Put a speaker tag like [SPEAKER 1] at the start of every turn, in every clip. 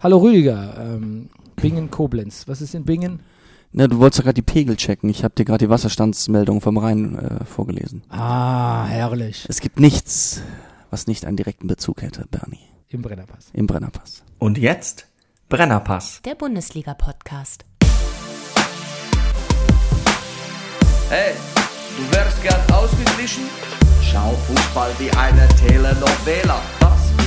[SPEAKER 1] Hallo Rüdiger, ähm, Bingen Koblenz. Was ist in Bingen?
[SPEAKER 2] Na, Ne, du wolltest doch gerade die Pegel checken. Ich habe dir gerade die Wasserstandsmeldung vom Rhein äh, vorgelesen.
[SPEAKER 1] Ah, herrlich.
[SPEAKER 2] Es gibt nichts, was nicht einen direkten Bezug hätte, Bernie,
[SPEAKER 1] Im Brennerpass.
[SPEAKER 2] im Brennerpass.
[SPEAKER 3] Und jetzt Brennerpass.
[SPEAKER 4] Der Bundesliga-Podcast.
[SPEAKER 5] Hey, du wärst gern ausgeglichen? Schau Fußball wie eine Telenovela. Das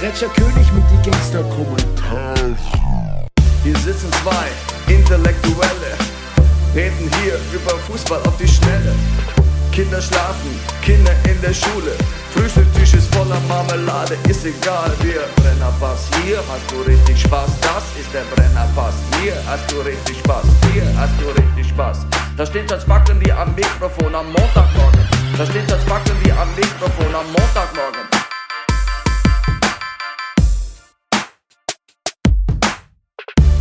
[SPEAKER 6] Gretscher König mit die Gangster-Kommentare.
[SPEAKER 5] Hier sitzen zwei Intellektuelle, reden hier über Fußball auf die Schnelle. Kinder schlafen, Kinder in der Schule. Frühstücktisch ist voller Marmelade, ist egal, wir Brennerpass. Hier hast du richtig Spaß, das ist der Brennerpass. Hier hast du richtig Spaß, hier hast du richtig Spaß. Da steht als Backen wie am Mikrofon am Montagmorgen. Da steht als Backen wie am Mikrofon am Montagmorgen.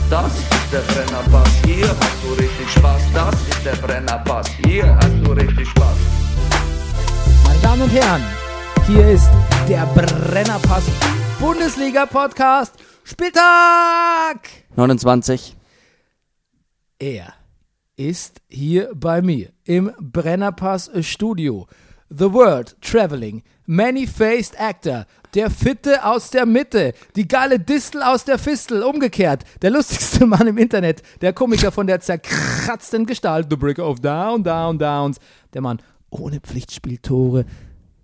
[SPEAKER 5] Das ist der Brennerpass, hier hast du richtig Spaß. Das ist der Brennerpass, hier hast du richtig Spaß.
[SPEAKER 1] Meine Damen und Herren, hier ist der Brennerpass Bundesliga Podcast Spieltag.
[SPEAKER 2] 29.
[SPEAKER 1] Er ist hier bei mir im Brennerpass Studio. The World Traveling, Many-Faced Actor, der Fitte aus der Mitte, die geile Distel aus der Fistel, umgekehrt, der lustigste Mann im Internet, der Komiker von der zerkratzten Gestalt, The Brick of Down, Down, Downs, der Mann ohne Pflichtspieltore,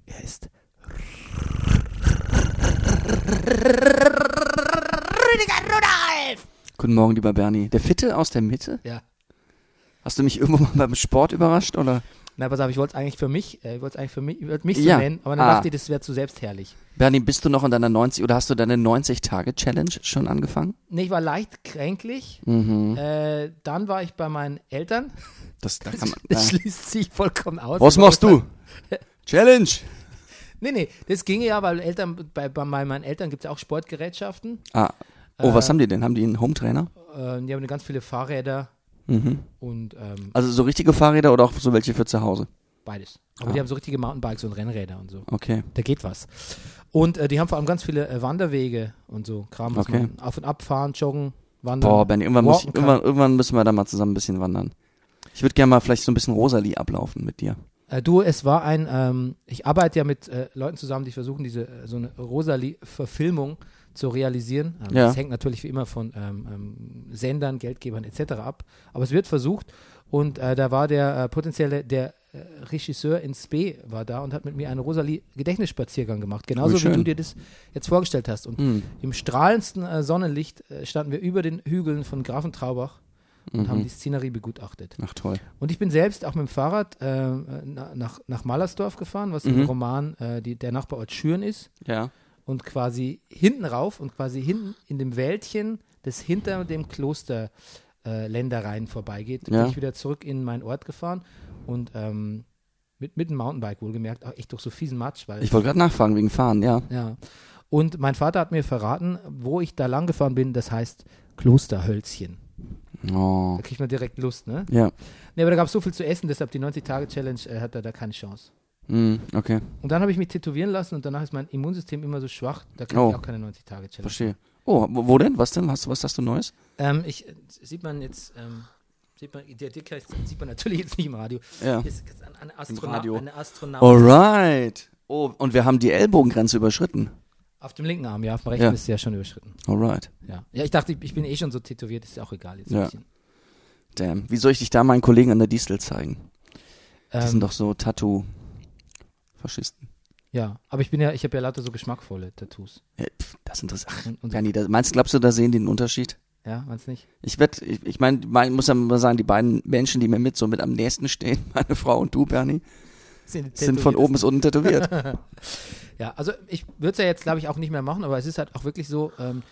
[SPEAKER 1] er ist
[SPEAKER 2] Guten Morgen, lieber Bernie. Der Fitte aus der Mitte?
[SPEAKER 1] Ja.
[SPEAKER 2] Hast du mich irgendwo mal beim Sport überrascht, oder?
[SPEAKER 1] Na, pass auf, ich wollte es eigentlich für mich, äh, ich wollte es eigentlich für mich, ich wollte mich so
[SPEAKER 2] Ja.
[SPEAKER 1] nennen, aber dann
[SPEAKER 2] Ah.
[SPEAKER 1] dachte ich, das wäre zu selbstherrlich.
[SPEAKER 2] Bernie, bist du noch an deiner 90 oder hast du deine 90-Tage-Challenge schon angefangen?
[SPEAKER 1] Nee, ich war leicht kränklich.
[SPEAKER 2] Mhm.
[SPEAKER 1] Äh, dann war ich bei meinen Eltern.
[SPEAKER 2] Das, da kann man, äh,
[SPEAKER 1] Das
[SPEAKER 2] da.
[SPEAKER 1] schließt sich vollkommen aus.
[SPEAKER 2] Was machst du? Challenge!
[SPEAKER 1] Nee, nee, das ginge ja, weil Eltern, bei, bei meinen Eltern gibt es ja auch Sportgerätschaften.
[SPEAKER 2] Ah. Oh, was haben die denn? Haben die einen Hometrainer?
[SPEAKER 1] Ähm, die haben ganz viele Fahrräder und ähm,
[SPEAKER 2] Also so richtige Fahrräder oder auch so welche für zu Hause?
[SPEAKER 1] beides. Aber
[SPEAKER 2] Ah.
[SPEAKER 1] die haben so richtige Mountainbikes und Rennräder und so.
[SPEAKER 2] Okay.
[SPEAKER 1] Da geht was. Und äh, die haben vor allem ganz viele äh, Wanderwege und so Kram, was
[SPEAKER 2] Okay.
[SPEAKER 1] man auf und ab fahren, joggen, wandern.
[SPEAKER 2] Boah, Benny, irgendwann, muss ich,
[SPEAKER 1] walken kann.
[SPEAKER 2] irgendwann, irgendwann müssen wir da mal zusammen ein bisschen wandern. Ich würde gerne mal vielleicht so ein bisschen Rosalie ablaufen mit dir.
[SPEAKER 1] Äh, du, es war ein, ähm, ich arbeite ja mit äh, Leuten zusammen, die versuchen, diese äh, so eine Rosalie-Verfilmung zu realisieren. Ähm,
[SPEAKER 2] Ja.
[SPEAKER 1] Das hängt natürlich wie immer von ähm, ähm, Sendern, Geldgebern etc. ab. Aber es wird versucht. Und äh, da war der äh, potenzielle, der äh, Regisseur in Spe war da und hat mit mir einen Rosalie-Gedächtnisspaziergang gemacht. Genauso wie
[SPEAKER 2] schön. Hm.
[SPEAKER 1] du dir das jetzt vorgestellt hast. Und im strahlendsten äh, Sonnenlicht äh, standen wir über den Hügeln von Grafentraubach und
[SPEAKER 2] Mhm.
[SPEAKER 1] haben die Szenerie begutachtet.
[SPEAKER 2] Ach toll.
[SPEAKER 1] Und ich bin selbst auch mit dem Fahrrad äh, na- nach, nach Mallersdorf gefahren, was
[SPEAKER 2] Mhm.
[SPEAKER 1] im Roman äh, die, der Nachbarort Schüren ist.
[SPEAKER 2] Ja.
[SPEAKER 1] Und quasi hinten rauf und quasi hinten in dem Wäldchen, das hinter dem Kloster äh, Ländereien vorbeigeht,
[SPEAKER 2] Ja.
[SPEAKER 1] bin ich wieder zurück in meinen Ort gefahren und ähm, mit, mit dem Mountainbike wohlgemerkt, auch echt durch so fiesen Matsch. Weil
[SPEAKER 2] Ich wollte gerade nachfragen wegen Fahren, ja.
[SPEAKER 1] ja. Und mein Vater hat mir verraten, wo ich da lang gefahren bin, das heißt Klosterhölzchen.
[SPEAKER 2] Oh.
[SPEAKER 1] Da kriegt man direkt Lust, ne?
[SPEAKER 2] Ja.
[SPEAKER 1] Ne, aber da gab es so viel zu essen, deshalb die 90-Tage-Challenge äh, hat er da keine Chance.
[SPEAKER 2] Hm, okay,
[SPEAKER 1] Und dann habe ich mich tätowieren lassen und danach ist mein Immunsystem immer so schwach, da kriege
[SPEAKER 2] Oh.
[SPEAKER 1] ich auch keine 90-Tage-Challenge.
[SPEAKER 2] verstehe. Oh, wo wo denn? Was denn? Hast du was hast du Neues?
[SPEAKER 1] Ähm, ich, äh, sieht man jetzt, ähm, sieht man, der Dicker sieht man natürlich jetzt nicht im Radio.
[SPEAKER 2] Ja.
[SPEAKER 1] Hier Ist jetzt ein- eine, Astronaut,
[SPEAKER 2] Radio.
[SPEAKER 1] eine Astronautin
[SPEAKER 2] Alright. Oh, und wir haben die Ellbogengrenze überschritten.
[SPEAKER 1] auf dem linken Arm, ja, auf dem rechten
[SPEAKER 2] Ja.
[SPEAKER 1] ist ja schon überschritten.
[SPEAKER 2] Alright.
[SPEAKER 1] Ja. ja, ich dachte, ich, ich bin eh schon so tätowiert, ist ja auch egal jetzt. ein
[SPEAKER 2] Ja.
[SPEAKER 1] bisschen.
[SPEAKER 2] Damn. Wie soll ich dich da meinen Kollegen an der Distel zeigen? Die
[SPEAKER 1] Ähm,
[SPEAKER 2] sind doch so Tattoo-Faschisten.
[SPEAKER 1] ja, aber ich bin ja, ich habe ja lauter so geschmackvolle Tattoos.
[SPEAKER 2] Ja, Äh, pf, das interessiert. Ach,
[SPEAKER 1] Und, und,
[SPEAKER 2] Bernie, da, meinst du, glaubst du, da sehen die einen Unterschied?
[SPEAKER 1] ja, meinst du nicht?
[SPEAKER 2] Ich werd, ich, ich meine, mein, muss ja mal sagen, die beiden Menschen, die mir mit so mit am nächsten stehen, meine Frau und du, Bernie, sind von
[SPEAKER 1] Tätowiert.
[SPEAKER 2] oben bis unten tätowiert.
[SPEAKER 1] Ja, also ich würde es ja jetzt, glaube ich, auch nicht mehr machen, aber es ist halt auch wirklich so, ähm,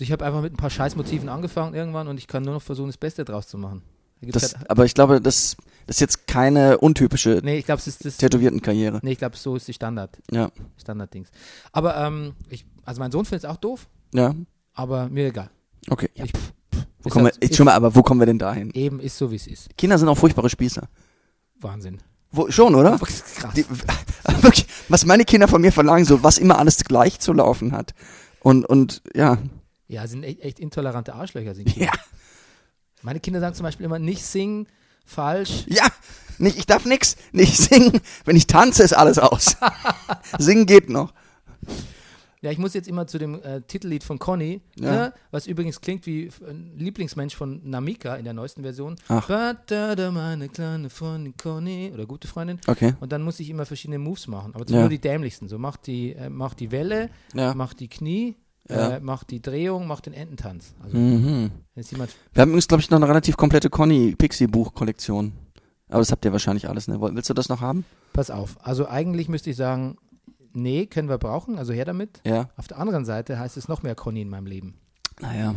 [SPEAKER 1] Ich habe einfach mit ein paar Scheißmotiven angefangen irgendwann und ich kann nur noch versuchen, das Beste draus zu machen. Da gibt's
[SPEAKER 2] Das,
[SPEAKER 1] halt,
[SPEAKER 2] aber ich glaube, das, das ist jetzt keine untypische
[SPEAKER 1] nee, ich glaube, es ist das.
[SPEAKER 2] tätowierten Karriere.
[SPEAKER 1] Nee, ich glaube, so ist die Standard,
[SPEAKER 2] Ja,
[SPEAKER 1] Standarddings. Aber ähm, ich, also mein Sohn findet es auch doof,
[SPEAKER 2] ja,
[SPEAKER 1] aber mir egal.
[SPEAKER 2] okay. Ja,
[SPEAKER 1] Ich-
[SPEAKER 2] pff, wo
[SPEAKER 1] Ist
[SPEAKER 2] kommen
[SPEAKER 1] halt-
[SPEAKER 2] wir, jetzt
[SPEAKER 1] ist-
[SPEAKER 2] schon mal, aber wo kommen wir denn dahin?
[SPEAKER 1] Eben ist so, wie es ist.
[SPEAKER 2] Kinder sind auch furchtbare Spießer.
[SPEAKER 1] Wahnsinn.
[SPEAKER 2] Wo, schon, oder?
[SPEAKER 1] Krass.
[SPEAKER 2] Die, wirklich, was meine Kinder von mir verlangen, so was immer alles gleich zu laufen hat. Und, und ja,
[SPEAKER 1] Ja, sind e-, echt, echt intolerante Arschlöcher sind Kinder.
[SPEAKER 2] Ja.
[SPEAKER 1] Meine Kinder sagen zum Beispiel immer, nicht singen, falsch.
[SPEAKER 2] ja, nicht, ich darf nix, nicht singen. Wenn ich tanze, ist alles aus. singen geht noch.
[SPEAKER 1] Ja, ich muss jetzt immer zu dem äh, Titellied von Conny,
[SPEAKER 2] Ja.
[SPEAKER 1] ne, was übrigens klingt wie f- ein Lieblingsmensch von Namika in der neuesten Version.
[SPEAKER 2] Ach.
[SPEAKER 1] Badada, meine kleine Freundin Conny oder gute Freundin.
[SPEAKER 2] Okay.
[SPEAKER 1] Und dann muss ich immer verschiedene Moves machen, aber
[SPEAKER 2] Ja.
[SPEAKER 1] nur die dämlichsten. So macht die, äh, macht die Welle,
[SPEAKER 2] Ja.
[SPEAKER 1] macht die Knie,
[SPEAKER 2] Ja.
[SPEAKER 1] äh, macht die Drehung, macht den Ententanz. Also
[SPEAKER 2] Mhm.
[SPEAKER 1] wenn es jemand
[SPEAKER 2] Wir haben übrigens, glaube ich, noch eine relativ komplette Conny-Pixie-Buch-Kollektion. Aber das habt ihr wahrscheinlich alles, ne? Woll- Willst du das noch haben?
[SPEAKER 1] Pass auf, also eigentlich müsste ich sagen, nee, können wir brauchen, also her damit.
[SPEAKER 2] Ja.
[SPEAKER 1] Auf der anderen Seite heißt es noch mehr Conny in meinem Leben.
[SPEAKER 2] Naja,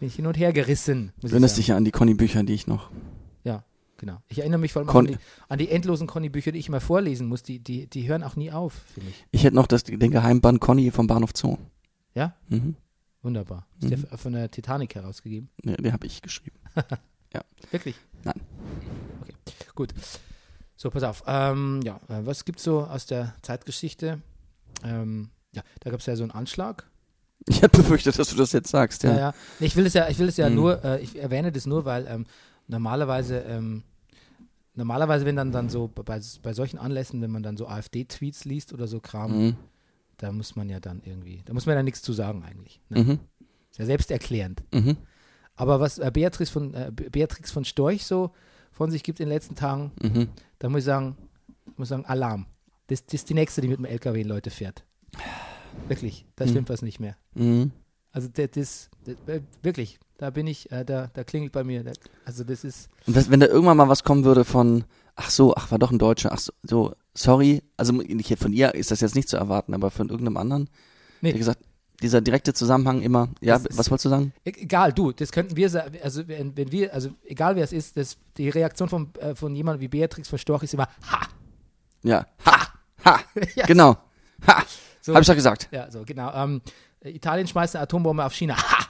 [SPEAKER 1] Bin ich hin und her gerissen. Muss
[SPEAKER 2] du erinnerst
[SPEAKER 1] ich
[SPEAKER 2] dich ja an die Conny-Bücher, die ich noch.
[SPEAKER 1] sagen. Ja, genau. Ich erinnere mich vor allem auch an
[SPEAKER 2] Conny-
[SPEAKER 1] die, an die endlosen Conny-Bücher, die ich immer vorlesen muss. Die, die, die hören auch nie auf für mich.
[SPEAKER 2] Ich hätte noch das, den Geheimband Conny vom Bahnhof Zoo.
[SPEAKER 1] Ja?
[SPEAKER 2] Mhm.
[SPEAKER 1] Wunderbar. Ist der f- von der Titanic herausgegeben?
[SPEAKER 2] Ja, den habe ich geschrieben.
[SPEAKER 1] Wirklich?
[SPEAKER 2] Nein.
[SPEAKER 1] Okay, gut. So, pass auf. Ähm, ja, äh, was gibt's so aus der Zeitgeschichte? Ähm, ja, da gab es ja so einen Anschlag.
[SPEAKER 2] Ich hätte befürchtet, dass du das jetzt sagst,
[SPEAKER 1] Ja,
[SPEAKER 2] ja.
[SPEAKER 1] ja. Nee, ich will es ja, ich will es ja
[SPEAKER 2] Mhm.
[SPEAKER 1] nur, äh, ich erwähne das nur, weil ähm, normalerweise, ähm, normalerweise, wenn dann, dann so bei, bei solchen Anlässen, wenn man dann so AfD-Tweets liest oder so Kram,
[SPEAKER 2] Mhm.
[SPEAKER 1] da muss man ja dann irgendwie, da muss man ja nichts zu sagen eigentlich. Ne?
[SPEAKER 2] Mhm.
[SPEAKER 1] Ist ja selbsterklärend.
[SPEAKER 2] Mhm.
[SPEAKER 1] Aber was äh, Beatrix, von, äh, Be- Beatrix von Storch so von sich gibt in den letzten Tagen,
[SPEAKER 2] Mhm.
[SPEAKER 1] da muss ich sagen, ich muss sagen, Alarm. Das, das ist die nächste, die mit dem LKW in Leute fährt. Wirklich, da stimmt was nicht mehr.
[SPEAKER 2] Mhm.
[SPEAKER 1] Also das, das, das wirklich, da bin ich, äh, da, da klingelt bei mir. Da, also das ist,
[SPEAKER 2] Und was, wenn da irgendwann mal was kommen würde von, ach so, ach, war doch ein Deutscher, ach so, so sorry, also nicht von ihr ist das jetzt nicht zu erwarten, aber von irgendeinem anderen.
[SPEAKER 1] Nee.
[SPEAKER 2] Wie gesagt, dieser direkte Zusammenhang immer, ja,
[SPEAKER 1] Das ist-
[SPEAKER 2] was wolltest du sagen?
[SPEAKER 1] e- egal, du, das könnten wir, sa- also wenn, wenn wir, also egal wer es ist, das, die Reaktion von, äh, von jemandem wie Beatrix von Storch ist immer, ha!
[SPEAKER 2] Ja. Ha! Ha!
[SPEAKER 1] Ja.
[SPEAKER 2] Genau. Ha!
[SPEAKER 1] So.
[SPEAKER 2] Hab ich doch gesagt.
[SPEAKER 1] Ja, so genau. Ähm, Italien schmeißt eine Atombombe auf China, ha!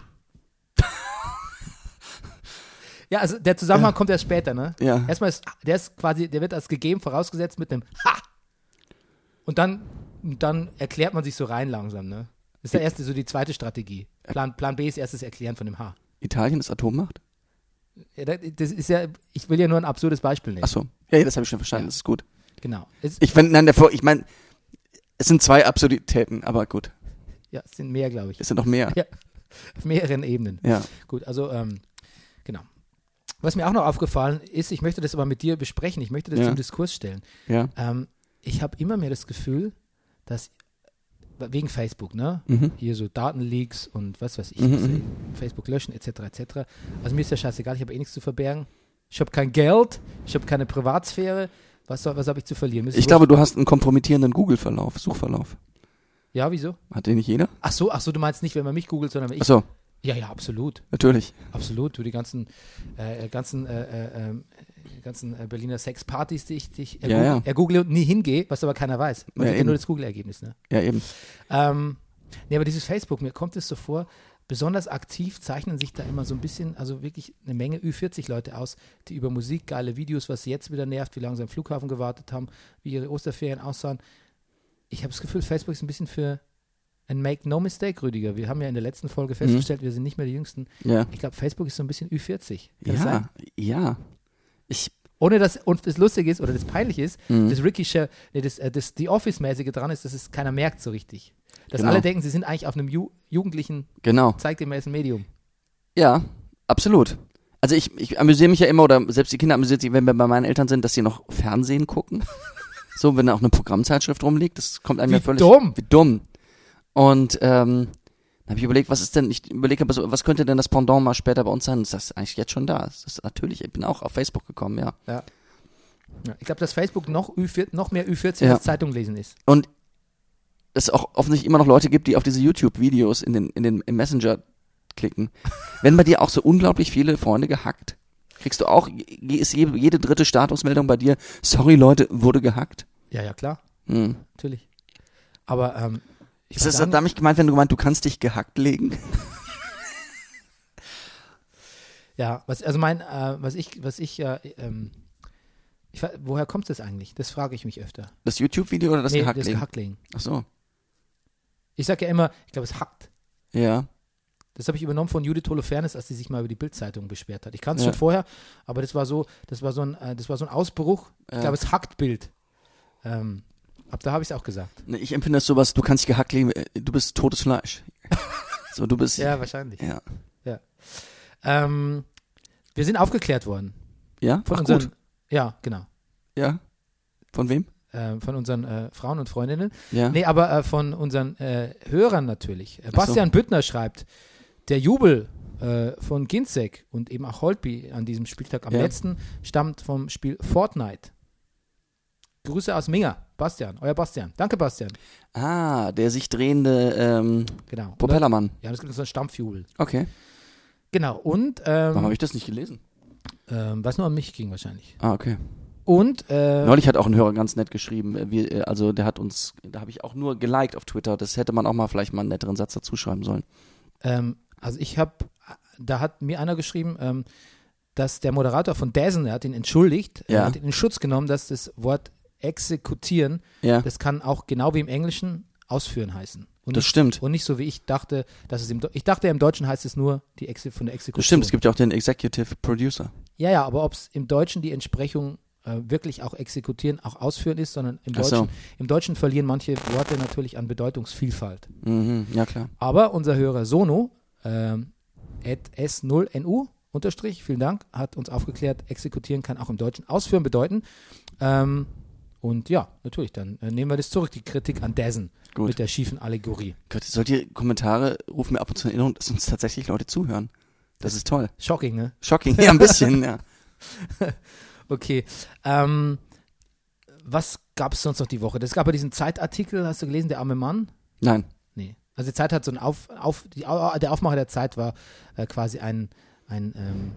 [SPEAKER 1] ja, also der Zusammenhang kommt erst später, ne?
[SPEAKER 2] Ja.
[SPEAKER 1] Erstmal ist, der ist quasi, der wird als gegeben vorausgesetzt mit einem Ha! Und dann, dann erklärt man sich so rein langsam, ne? Das ist der erste, so die zweite Strategie. Plan, Plan B ist erstes Erklären von dem H.
[SPEAKER 2] Italien ist Atommacht?
[SPEAKER 1] Ja, da- das ist ja, ich will ja nur ein absurdes Beispiel nehmen.
[SPEAKER 2] Ach so. Ja, ja, das habe ich schon verstanden, das ist gut.
[SPEAKER 1] Genau. Es,
[SPEAKER 2] Ich wenn, nein, davor, ich meine, es sind zwei Absurditäten, aber gut,
[SPEAKER 1] ja, es sind mehr, glaube ich.
[SPEAKER 2] es sind noch mehr.
[SPEAKER 1] Ja. Auf mehreren Ebenen.
[SPEAKER 2] Ja.
[SPEAKER 1] Gut, also, ähm, genau. Was mir auch noch aufgefallen ist, ich möchte das aber mit dir besprechen, ich möchte das
[SPEAKER 2] Ja.
[SPEAKER 1] zum Diskurs stellen.
[SPEAKER 2] Ja.
[SPEAKER 1] Ähm, ich habe immer mehr das Gefühl, dass wegen Facebook, ne?
[SPEAKER 2] Mhm.
[SPEAKER 1] Hier so Datenleaks und was weiß ich,
[SPEAKER 2] Mhm,
[SPEAKER 1] also Facebook löschen etc. etc. Also mir ist ja scheißegal, ich habe eh nichts zu verbergen. Ich habe kein Geld, ich habe keine Privatsphäre. Was, soll- was habe ich zu verlieren? Mir ist
[SPEAKER 2] Ich
[SPEAKER 1] wurscht.
[SPEAKER 2] glaube, du hast einen kompromittierenden Google-Verlauf, Suchverlauf.
[SPEAKER 1] Ja, wieso?
[SPEAKER 2] Hat den nicht jeder?
[SPEAKER 1] Ach so, ach so, du meinst nicht, wenn man mich googelt, sondern wenn ich.
[SPEAKER 2] Ach so,
[SPEAKER 1] Ja, ja, absolut.
[SPEAKER 2] natürlich.
[SPEAKER 1] Absolut, du die ganzen, äh, äh, ganzen, äh, äh, ähm, ganzen äh, Berliner Sexpartys, die ich, die ich
[SPEAKER 2] Ja, ja.
[SPEAKER 1] ergoogle und nie hingehe, was aber keiner weiß. Man
[SPEAKER 2] Ja,
[SPEAKER 1] sieht ja nur
[SPEAKER 2] eben.
[SPEAKER 1] das Google-Ergebnis. Ne?
[SPEAKER 2] Ja, eben.
[SPEAKER 1] Ähm, nee, aber dieses Facebook, mir kommt es so vor, besonders aktiv zeichnen sich da immer so ein bisschen, also wirklich eine Menge Ü40-Leute aus, die über Musik, geile Videos, was sie jetzt wieder nervt, wie lange sie am Flughafen gewartet haben, wie ihre Osterferien aussahen. Ich habe das Gefühl, Facebook ist ein bisschen für ein Make No Mistake, Rüdiger. Wir haben ja in der letzten Folge
[SPEAKER 2] Mhm.
[SPEAKER 1] festgestellt, wir sind nicht mehr die Jüngsten.
[SPEAKER 2] Ja.
[SPEAKER 1] Ich glaube, Facebook ist so ein bisschen Ü40. Kann das sein?
[SPEAKER 2] Ja, ja. Ich,
[SPEAKER 1] Ohne dass und das Lustige ist oder das Peinliche ist,
[SPEAKER 2] Mhm.
[SPEAKER 1] dass Ricky Shell, nee, das, äh, das The Office-mäßige dran ist, dass es keiner merkt so richtig. Dass
[SPEAKER 2] Genau.
[SPEAKER 1] alle denken, sie sind eigentlich auf einem Ju jugendlichen
[SPEAKER 2] genau.
[SPEAKER 1] zeitgemäßen Medium.
[SPEAKER 2] Ja, absolut. Also ich, ich amüsiere mich ja immer, oder selbst die Kinder amüsieren sich, wenn wir bei meinen Eltern sind, dass sie noch Fernsehen gucken. so, wenn da auch eine Programmzeitschrift rumliegt, das kommt einem
[SPEAKER 1] Wie
[SPEAKER 2] ja völlig...
[SPEAKER 1] dumm.
[SPEAKER 2] Wie dumm. Und, ähm, dann habe ich überlegt, was ist denn, ich überlege, aber so, was könnte denn das Pendant mal später bei uns sein? Ist das eigentlich jetzt schon da? Ist das natürlich, ich bin auch auf Facebook gekommen, ja.
[SPEAKER 1] Ja, ich glaube, dass Facebook noch, Ü4, noch mehr Ü40
[SPEAKER 2] Ja.
[SPEAKER 1] als Zeitung lesen ist.
[SPEAKER 2] Und es auch offensichtlich immer noch Leute gibt, die auf diese YouTube-Videos in den, in den im Messenger klicken. Werden bei dir auch so unglaublich viele Freunde gehackt? Kriegst du auch, je- ist jede, jede dritte Statusmeldung bei dir, sorry Leute, wurde gehackt?
[SPEAKER 1] Ja, ja, klar,
[SPEAKER 2] Hm.
[SPEAKER 1] natürlich. Aber ähm, ich
[SPEAKER 2] Ist
[SPEAKER 1] muss
[SPEAKER 2] das
[SPEAKER 1] sagen,
[SPEAKER 2] damit gemeint, wenn du gemeint, du kannst dich gehackt legen?
[SPEAKER 1] Ja, was, also mein, äh, was ich, was ich ja, ähm, ich, wa- woher kommt das eigentlich? Das frage ich mich öfter.
[SPEAKER 2] Das YouTube-Video oder das
[SPEAKER 1] Nee,
[SPEAKER 2] gehackt
[SPEAKER 1] das
[SPEAKER 2] legen?
[SPEAKER 1] Gehacklegen.
[SPEAKER 2] Ach so.
[SPEAKER 1] Ich sage ja immer, ich glaube, es hackt.
[SPEAKER 2] Ja.
[SPEAKER 1] Das habe ich übernommen von Judith Holofernes, als sie sich mal über die Bildzeitung beschwert hat. Ich kannte es
[SPEAKER 2] Ja.
[SPEAKER 1] schon vorher, aber das war so, das war so ein, äh, das war so ein Ausbruch. Ich
[SPEAKER 2] Ja.
[SPEAKER 1] glaube, es hackt Bild. Ähm, ab da habe ich es auch gesagt.
[SPEAKER 2] Nee, Ich empfinde das sowas, du kannst dich gehackt legen, äh, du bist totes Fleisch. so, du bist.
[SPEAKER 1] Ja, wahrscheinlich.
[SPEAKER 2] Ja.
[SPEAKER 1] Ähm, wir sind aufgeklärt worden
[SPEAKER 2] Ja?
[SPEAKER 1] von
[SPEAKER 2] Ach,
[SPEAKER 1] unseren,
[SPEAKER 2] gut.
[SPEAKER 1] ja, genau,
[SPEAKER 2] Ja. Von wem?
[SPEAKER 1] äh, von unseren äh, Frauen und Freundinnen.
[SPEAKER 2] Ja.
[SPEAKER 1] Nee, aber äh, von unseren äh, Hörern natürlich. Äh,
[SPEAKER 2] Ach so.
[SPEAKER 1] Bastian Büttner schreibt, der Jubel äh, von Ginzek und eben auch Holtby an diesem Spieltag am
[SPEAKER 2] Ja.
[SPEAKER 1] letzten stammt vom Spiel Fortnite. Grüße aus Minga. Bastian, euer Bastian. Danke, Bastian.
[SPEAKER 2] Ah, der sich drehende ähm,
[SPEAKER 1] Genau.
[SPEAKER 2] Propellermann.
[SPEAKER 1] Ja, das gibt uns so ein Stampfjubel.
[SPEAKER 2] Okay.
[SPEAKER 1] Genau. Und
[SPEAKER 2] Warum habe
[SPEAKER 1] ähm,
[SPEAKER 2] ich das nicht gelesen?
[SPEAKER 1] ähm, was nur an mich ging wahrscheinlich.
[SPEAKER 2] Ah, okay.
[SPEAKER 1] Und äh,
[SPEAKER 2] Neulich hat auch ein Hörer ganz nett geschrieben. äh, Wir, äh, also der hat uns, da habe ich auch nur geliked auf Twitter. Das hätte man auch mal vielleicht mal einen netteren Satz dazu schreiben sollen.
[SPEAKER 1] ähm, also ich habe, da hat mir einer geschrieben, ähm, dass der Moderator von Dazen, der hat ihn entschuldigt, er
[SPEAKER 2] Ja.
[SPEAKER 1] hat ihn in Schutz genommen, dass das Wort exekutieren,
[SPEAKER 2] Ja, das,
[SPEAKER 1] das kann auch genau wie im Englischen ausführen heißen. Und nicht,
[SPEAKER 2] stimmt.
[SPEAKER 1] Und nicht so wie ich dachte, dass es im, Do- ich dachte im Deutschen heißt es nur die Exe von der
[SPEAKER 2] Das
[SPEAKER 1] Exekution.
[SPEAKER 2] stimmt. Es gibt ja auch den Executive Producer.
[SPEAKER 1] ja, ja, aber ob es im Deutschen die Entsprechung äh, wirklich auch exekutieren, auch ausführen ist, sondern im
[SPEAKER 2] Ach so.
[SPEAKER 1] Deutschen, im Deutschen verlieren manche Worte natürlich an Bedeutungsvielfalt.
[SPEAKER 2] Mhm, ja, klar.
[SPEAKER 1] Aber unser Hörer Sono, ähm, at s0nu, unterstrich, vielen Dank, hat uns aufgeklärt, exekutieren kann auch im Deutschen ausführen bedeuten. Ähm, und ja, natürlich, dann äh, nehmen wir das zurück, die Kritik an Dessen
[SPEAKER 2] Gut.
[SPEAKER 1] mit der schiefen Allegorie.
[SPEAKER 2] Gott, solche Kommentare rufen mir ab und zu in Erinnerung, dass uns tatsächlich Leute zuhören. Das ist toll.
[SPEAKER 1] Shocking, ne?
[SPEAKER 2] Shocking. Ja, ein bisschen, ja.
[SPEAKER 1] Okay. Ähm, was gab es sonst noch die Woche? Es gab ja diesen Zeitartikel, hast du gelesen, der arme Mann?
[SPEAKER 2] Nein.
[SPEAKER 1] Nee. Also die Zeit hat so ein Auf, auf die, Au- der Aufmacher der Zeit war äh, quasi ein, ein ähm,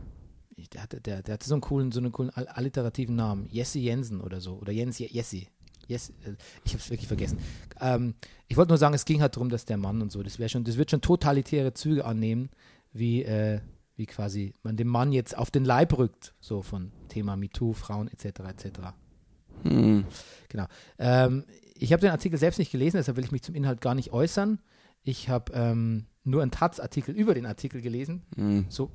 [SPEAKER 1] ich- der hatte, der, der hatte so einen coolen, so einen coolen al- alliterativen Namen. Jesse Jensen oder so. Oder Jens Je- Jesse. Yes, äh, ich habe es wirklich vergessen. Ähm, ich wollte nur sagen, es ging halt darum, dass der Mann und so, das wäre schon, das wird schon totalitäre Züge annehmen, wie, äh, wie quasi man dem Mann jetzt auf den Leib rückt, so von Thema MeToo, Frauen etc. etc.
[SPEAKER 2] Hm.
[SPEAKER 1] Genau. Ähm, ich habe den Artikel selbst nicht gelesen, deshalb will ich mich zum Inhalt gar nicht äußern. Ich habe ähm, nur einen Taz-Artikel über den Artikel gelesen,
[SPEAKER 2] Hm.
[SPEAKER 1] so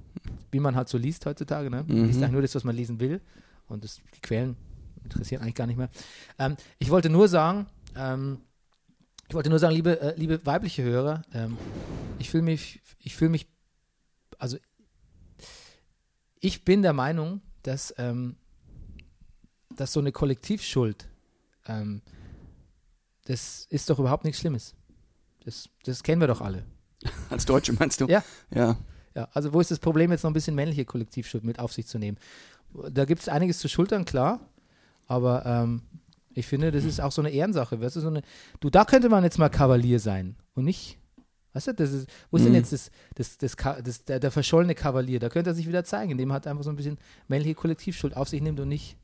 [SPEAKER 1] wie man halt so liest heutzutage. Ne? Man
[SPEAKER 2] Mhm.
[SPEAKER 1] Liest eigentlich nur das, was man lesen will. Und das, die Quellen interessieren eigentlich gar nicht mehr. Ähm, ich wollte nur sagen, ähm, ich wollte nur sagen, liebe, äh, liebe weibliche Hörer, ähm, ich fühle mich, ich fühle mich, also ich bin der Meinung, dass, ähm, dass so eine Kollektivschuld, ähm, das ist doch überhaupt nichts Schlimmes. Das, das kennen wir doch alle.
[SPEAKER 2] Als Deutsche meinst du?
[SPEAKER 1] Ja.
[SPEAKER 2] Ja.
[SPEAKER 1] Ja, also wo ist das Problem, jetzt noch ein bisschen männliche Kollektivschuld mit auf sich zu nehmen? Da gibt es einiges zu schultern, klar, aber ähm, ich finde, das ist auch so eine Ehrensache. Weißt du, so eine, du, da könnte man jetzt mal Kavalier sein und nicht, weißt du, das ist, wo ist denn
[SPEAKER 2] Mhm.
[SPEAKER 1] jetzt das, das, das, Ka- das, der, der verschollene Kavalier? Da könnte er sich wieder zeigen, indem er halt einfach so ein bisschen männliche Kollektivschuld auf sich nimmt und nicht,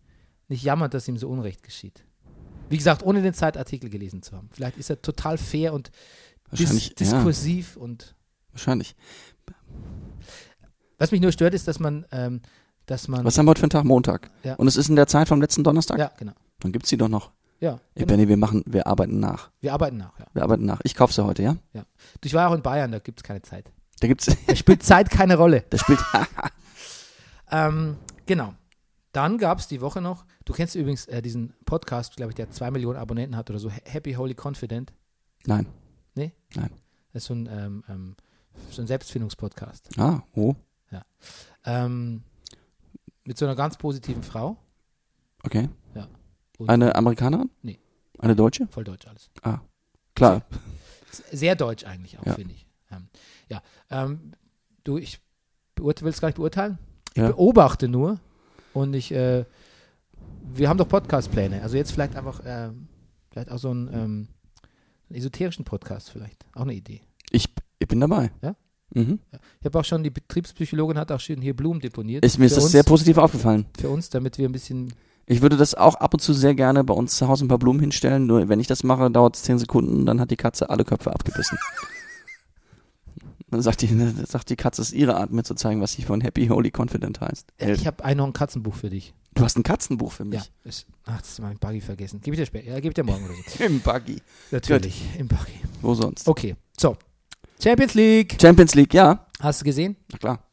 [SPEAKER 1] nicht jammert, dass ihm so Unrecht geschieht. Wie gesagt, ohne den Zeitartikel gelesen zu haben. Vielleicht ist er total fair und dis
[SPEAKER 2] Wahrscheinlich. ja,
[SPEAKER 1] diskursiv und
[SPEAKER 2] wahrscheinlich.
[SPEAKER 1] Was mich nur stört, ist, dass man, ähm, dass man,
[SPEAKER 2] Was haben wir heute für einen Tag? Montag.
[SPEAKER 1] Ja.
[SPEAKER 2] Und es ist in der Zeit vom letzten Donnerstag?
[SPEAKER 1] ja, genau,
[SPEAKER 2] Dann gibt's die doch noch.
[SPEAKER 1] ja,
[SPEAKER 2] Ey,
[SPEAKER 1] genau.
[SPEAKER 2] Benny, wir machen, wir arbeiten nach.
[SPEAKER 1] wir arbeiten nach. Ja.
[SPEAKER 2] Wir arbeiten nach. Ich kauf's ja heute, ja?
[SPEAKER 1] Du, Ich war auch in Bayern, da gibt es keine Zeit.
[SPEAKER 2] Da gibt's,
[SPEAKER 1] Da spielt Zeit keine Rolle.
[SPEAKER 2] da spielt,
[SPEAKER 1] Ähm, genau. Dann gab es die Woche noch. Du kennst übrigens äh, diesen Podcast, glaube ich, der zwei Millionen Abonnenten hat oder so. Ha- Happy Holy Confident.
[SPEAKER 2] nein.
[SPEAKER 1] Das ist so ein, ähm, ähm, so ein Selbstfindungspodcast.
[SPEAKER 2] Ah, oh,
[SPEAKER 1] Ähm, mit so einer ganz positiven Frau.
[SPEAKER 2] okay.
[SPEAKER 1] Ja. Und-
[SPEAKER 2] Eine Amerikanerin?
[SPEAKER 1] Nee.
[SPEAKER 2] Eine Deutsche?
[SPEAKER 1] Voll deutsch alles.
[SPEAKER 2] Klar.
[SPEAKER 1] Sehr deutsch eigentlich auch,
[SPEAKER 2] Ja.
[SPEAKER 1] finde ich. Ähm, ja. Ähm, du, ich beurte- will es gar nicht beurteilen. Ich
[SPEAKER 2] Ja.
[SPEAKER 1] beobachte nur und ich, äh, wir haben doch Podcast-Pläne. Also jetzt vielleicht einfach, äh, vielleicht auch so ein, ähm, Einen esoterischen Podcast vielleicht. Auch eine Idee.
[SPEAKER 2] Ich, ich bin dabei.
[SPEAKER 1] Ja?
[SPEAKER 2] Mhm.
[SPEAKER 1] Ich habe auch schon, die Betriebspsychologin hat auch schon hier Blumen deponiert.
[SPEAKER 2] Ist, mir ist
[SPEAKER 1] für
[SPEAKER 2] das
[SPEAKER 1] uns,
[SPEAKER 2] sehr positiv aufgefallen.
[SPEAKER 1] Für uns, damit wir ein bisschen.
[SPEAKER 2] Ich würde das auch ab und zu sehr gerne bei uns zu Hause ein paar Blumen hinstellen. Nur wenn ich das mache, dauert es 10 Sekunden, dann hat die Katze alle Köpfe abgebissen. dann sagt die, dann sagt die Katze, es ist ihre Art, mir zu zeigen, was sie von Happy Holy Confident heißt.
[SPEAKER 1] Ich habe ein noch ein Katzenbuch für dich.
[SPEAKER 2] Du hast ein Katzenbuch für mich.
[SPEAKER 1] Ja. Ist, ach, das ist mein Buggy vergessen. Gebe ich dir später. Ja, Oh. gebe ich dir morgen oder so.
[SPEAKER 2] Im Buggy.
[SPEAKER 1] Natürlich. Im Buggy.
[SPEAKER 2] Wo sonst?
[SPEAKER 1] Okay. So. Champions League.
[SPEAKER 2] Champions League, ja.
[SPEAKER 1] Hast du gesehen?
[SPEAKER 2] Na klar.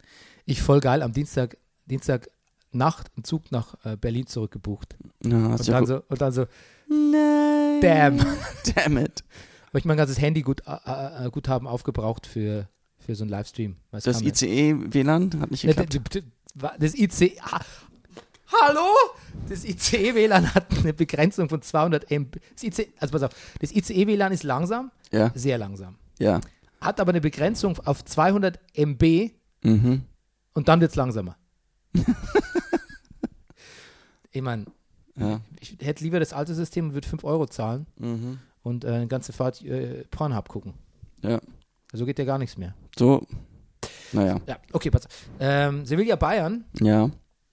[SPEAKER 1] Ich voll geil am Dienstag, Dienstag Nacht einen Zug nach äh, Berlin zurückgebucht.
[SPEAKER 2] Ja, hast
[SPEAKER 1] Und
[SPEAKER 2] ja
[SPEAKER 1] dann,
[SPEAKER 2] gut-
[SPEAKER 1] so, und dann so,
[SPEAKER 2] Nein.
[SPEAKER 1] damn.
[SPEAKER 2] Damn it.
[SPEAKER 1] Habe ich mein ganzes Handy gut, äh, äh, Guthaben aufgebraucht für, für so einen Livestream. Weil es
[SPEAKER 2] Das
[SPEAKER 1] kam
[SPEAKER 2] E
[SPEAKER 1] ja-
[SPEAKER 2] ICE-WLAN hat nicht
[SPEAKER 1] Ne,
[SPEAKER 2] geklappt.
[SPEAKER 1] d- d- d- Das IC. Ha- Hallo? Das E ICE-WLAN hat eine Begrenzung von 200 MB. Das IC, also pass auf, das ICE-WLAN ist langsam,
[SPEAKER 2] Ja,
[SPEAKER 1] sehr langsam.
[SPEAKER 2] ja.
[SPEAKER 1] Hat aber eine Begrenzung auf 200 MB
[SPEAKER 2] Mhm.
[SPEAKER 1] und dann wird es langsamer. ich meine,
[SPEAKER 2] Ja.
[SPEAKER 1] ich hätte lieber das alte System und würde 5 Euro zahlen
[SPEAKER 2] Mhm.
[SPEAKER 1] und äh, eine ganze Fahrt äh, Pornhub gucken.
[SPEAKER 2] Ja.
[SPEAKER 1] So geht ja gar nichts mehr.
[SPEAKER 2] So. Naja.
[SPEAKER 1] Ja, okay, pass. auf. Ähm, Sevilla Bayern
[SPEAKER 2] Ja.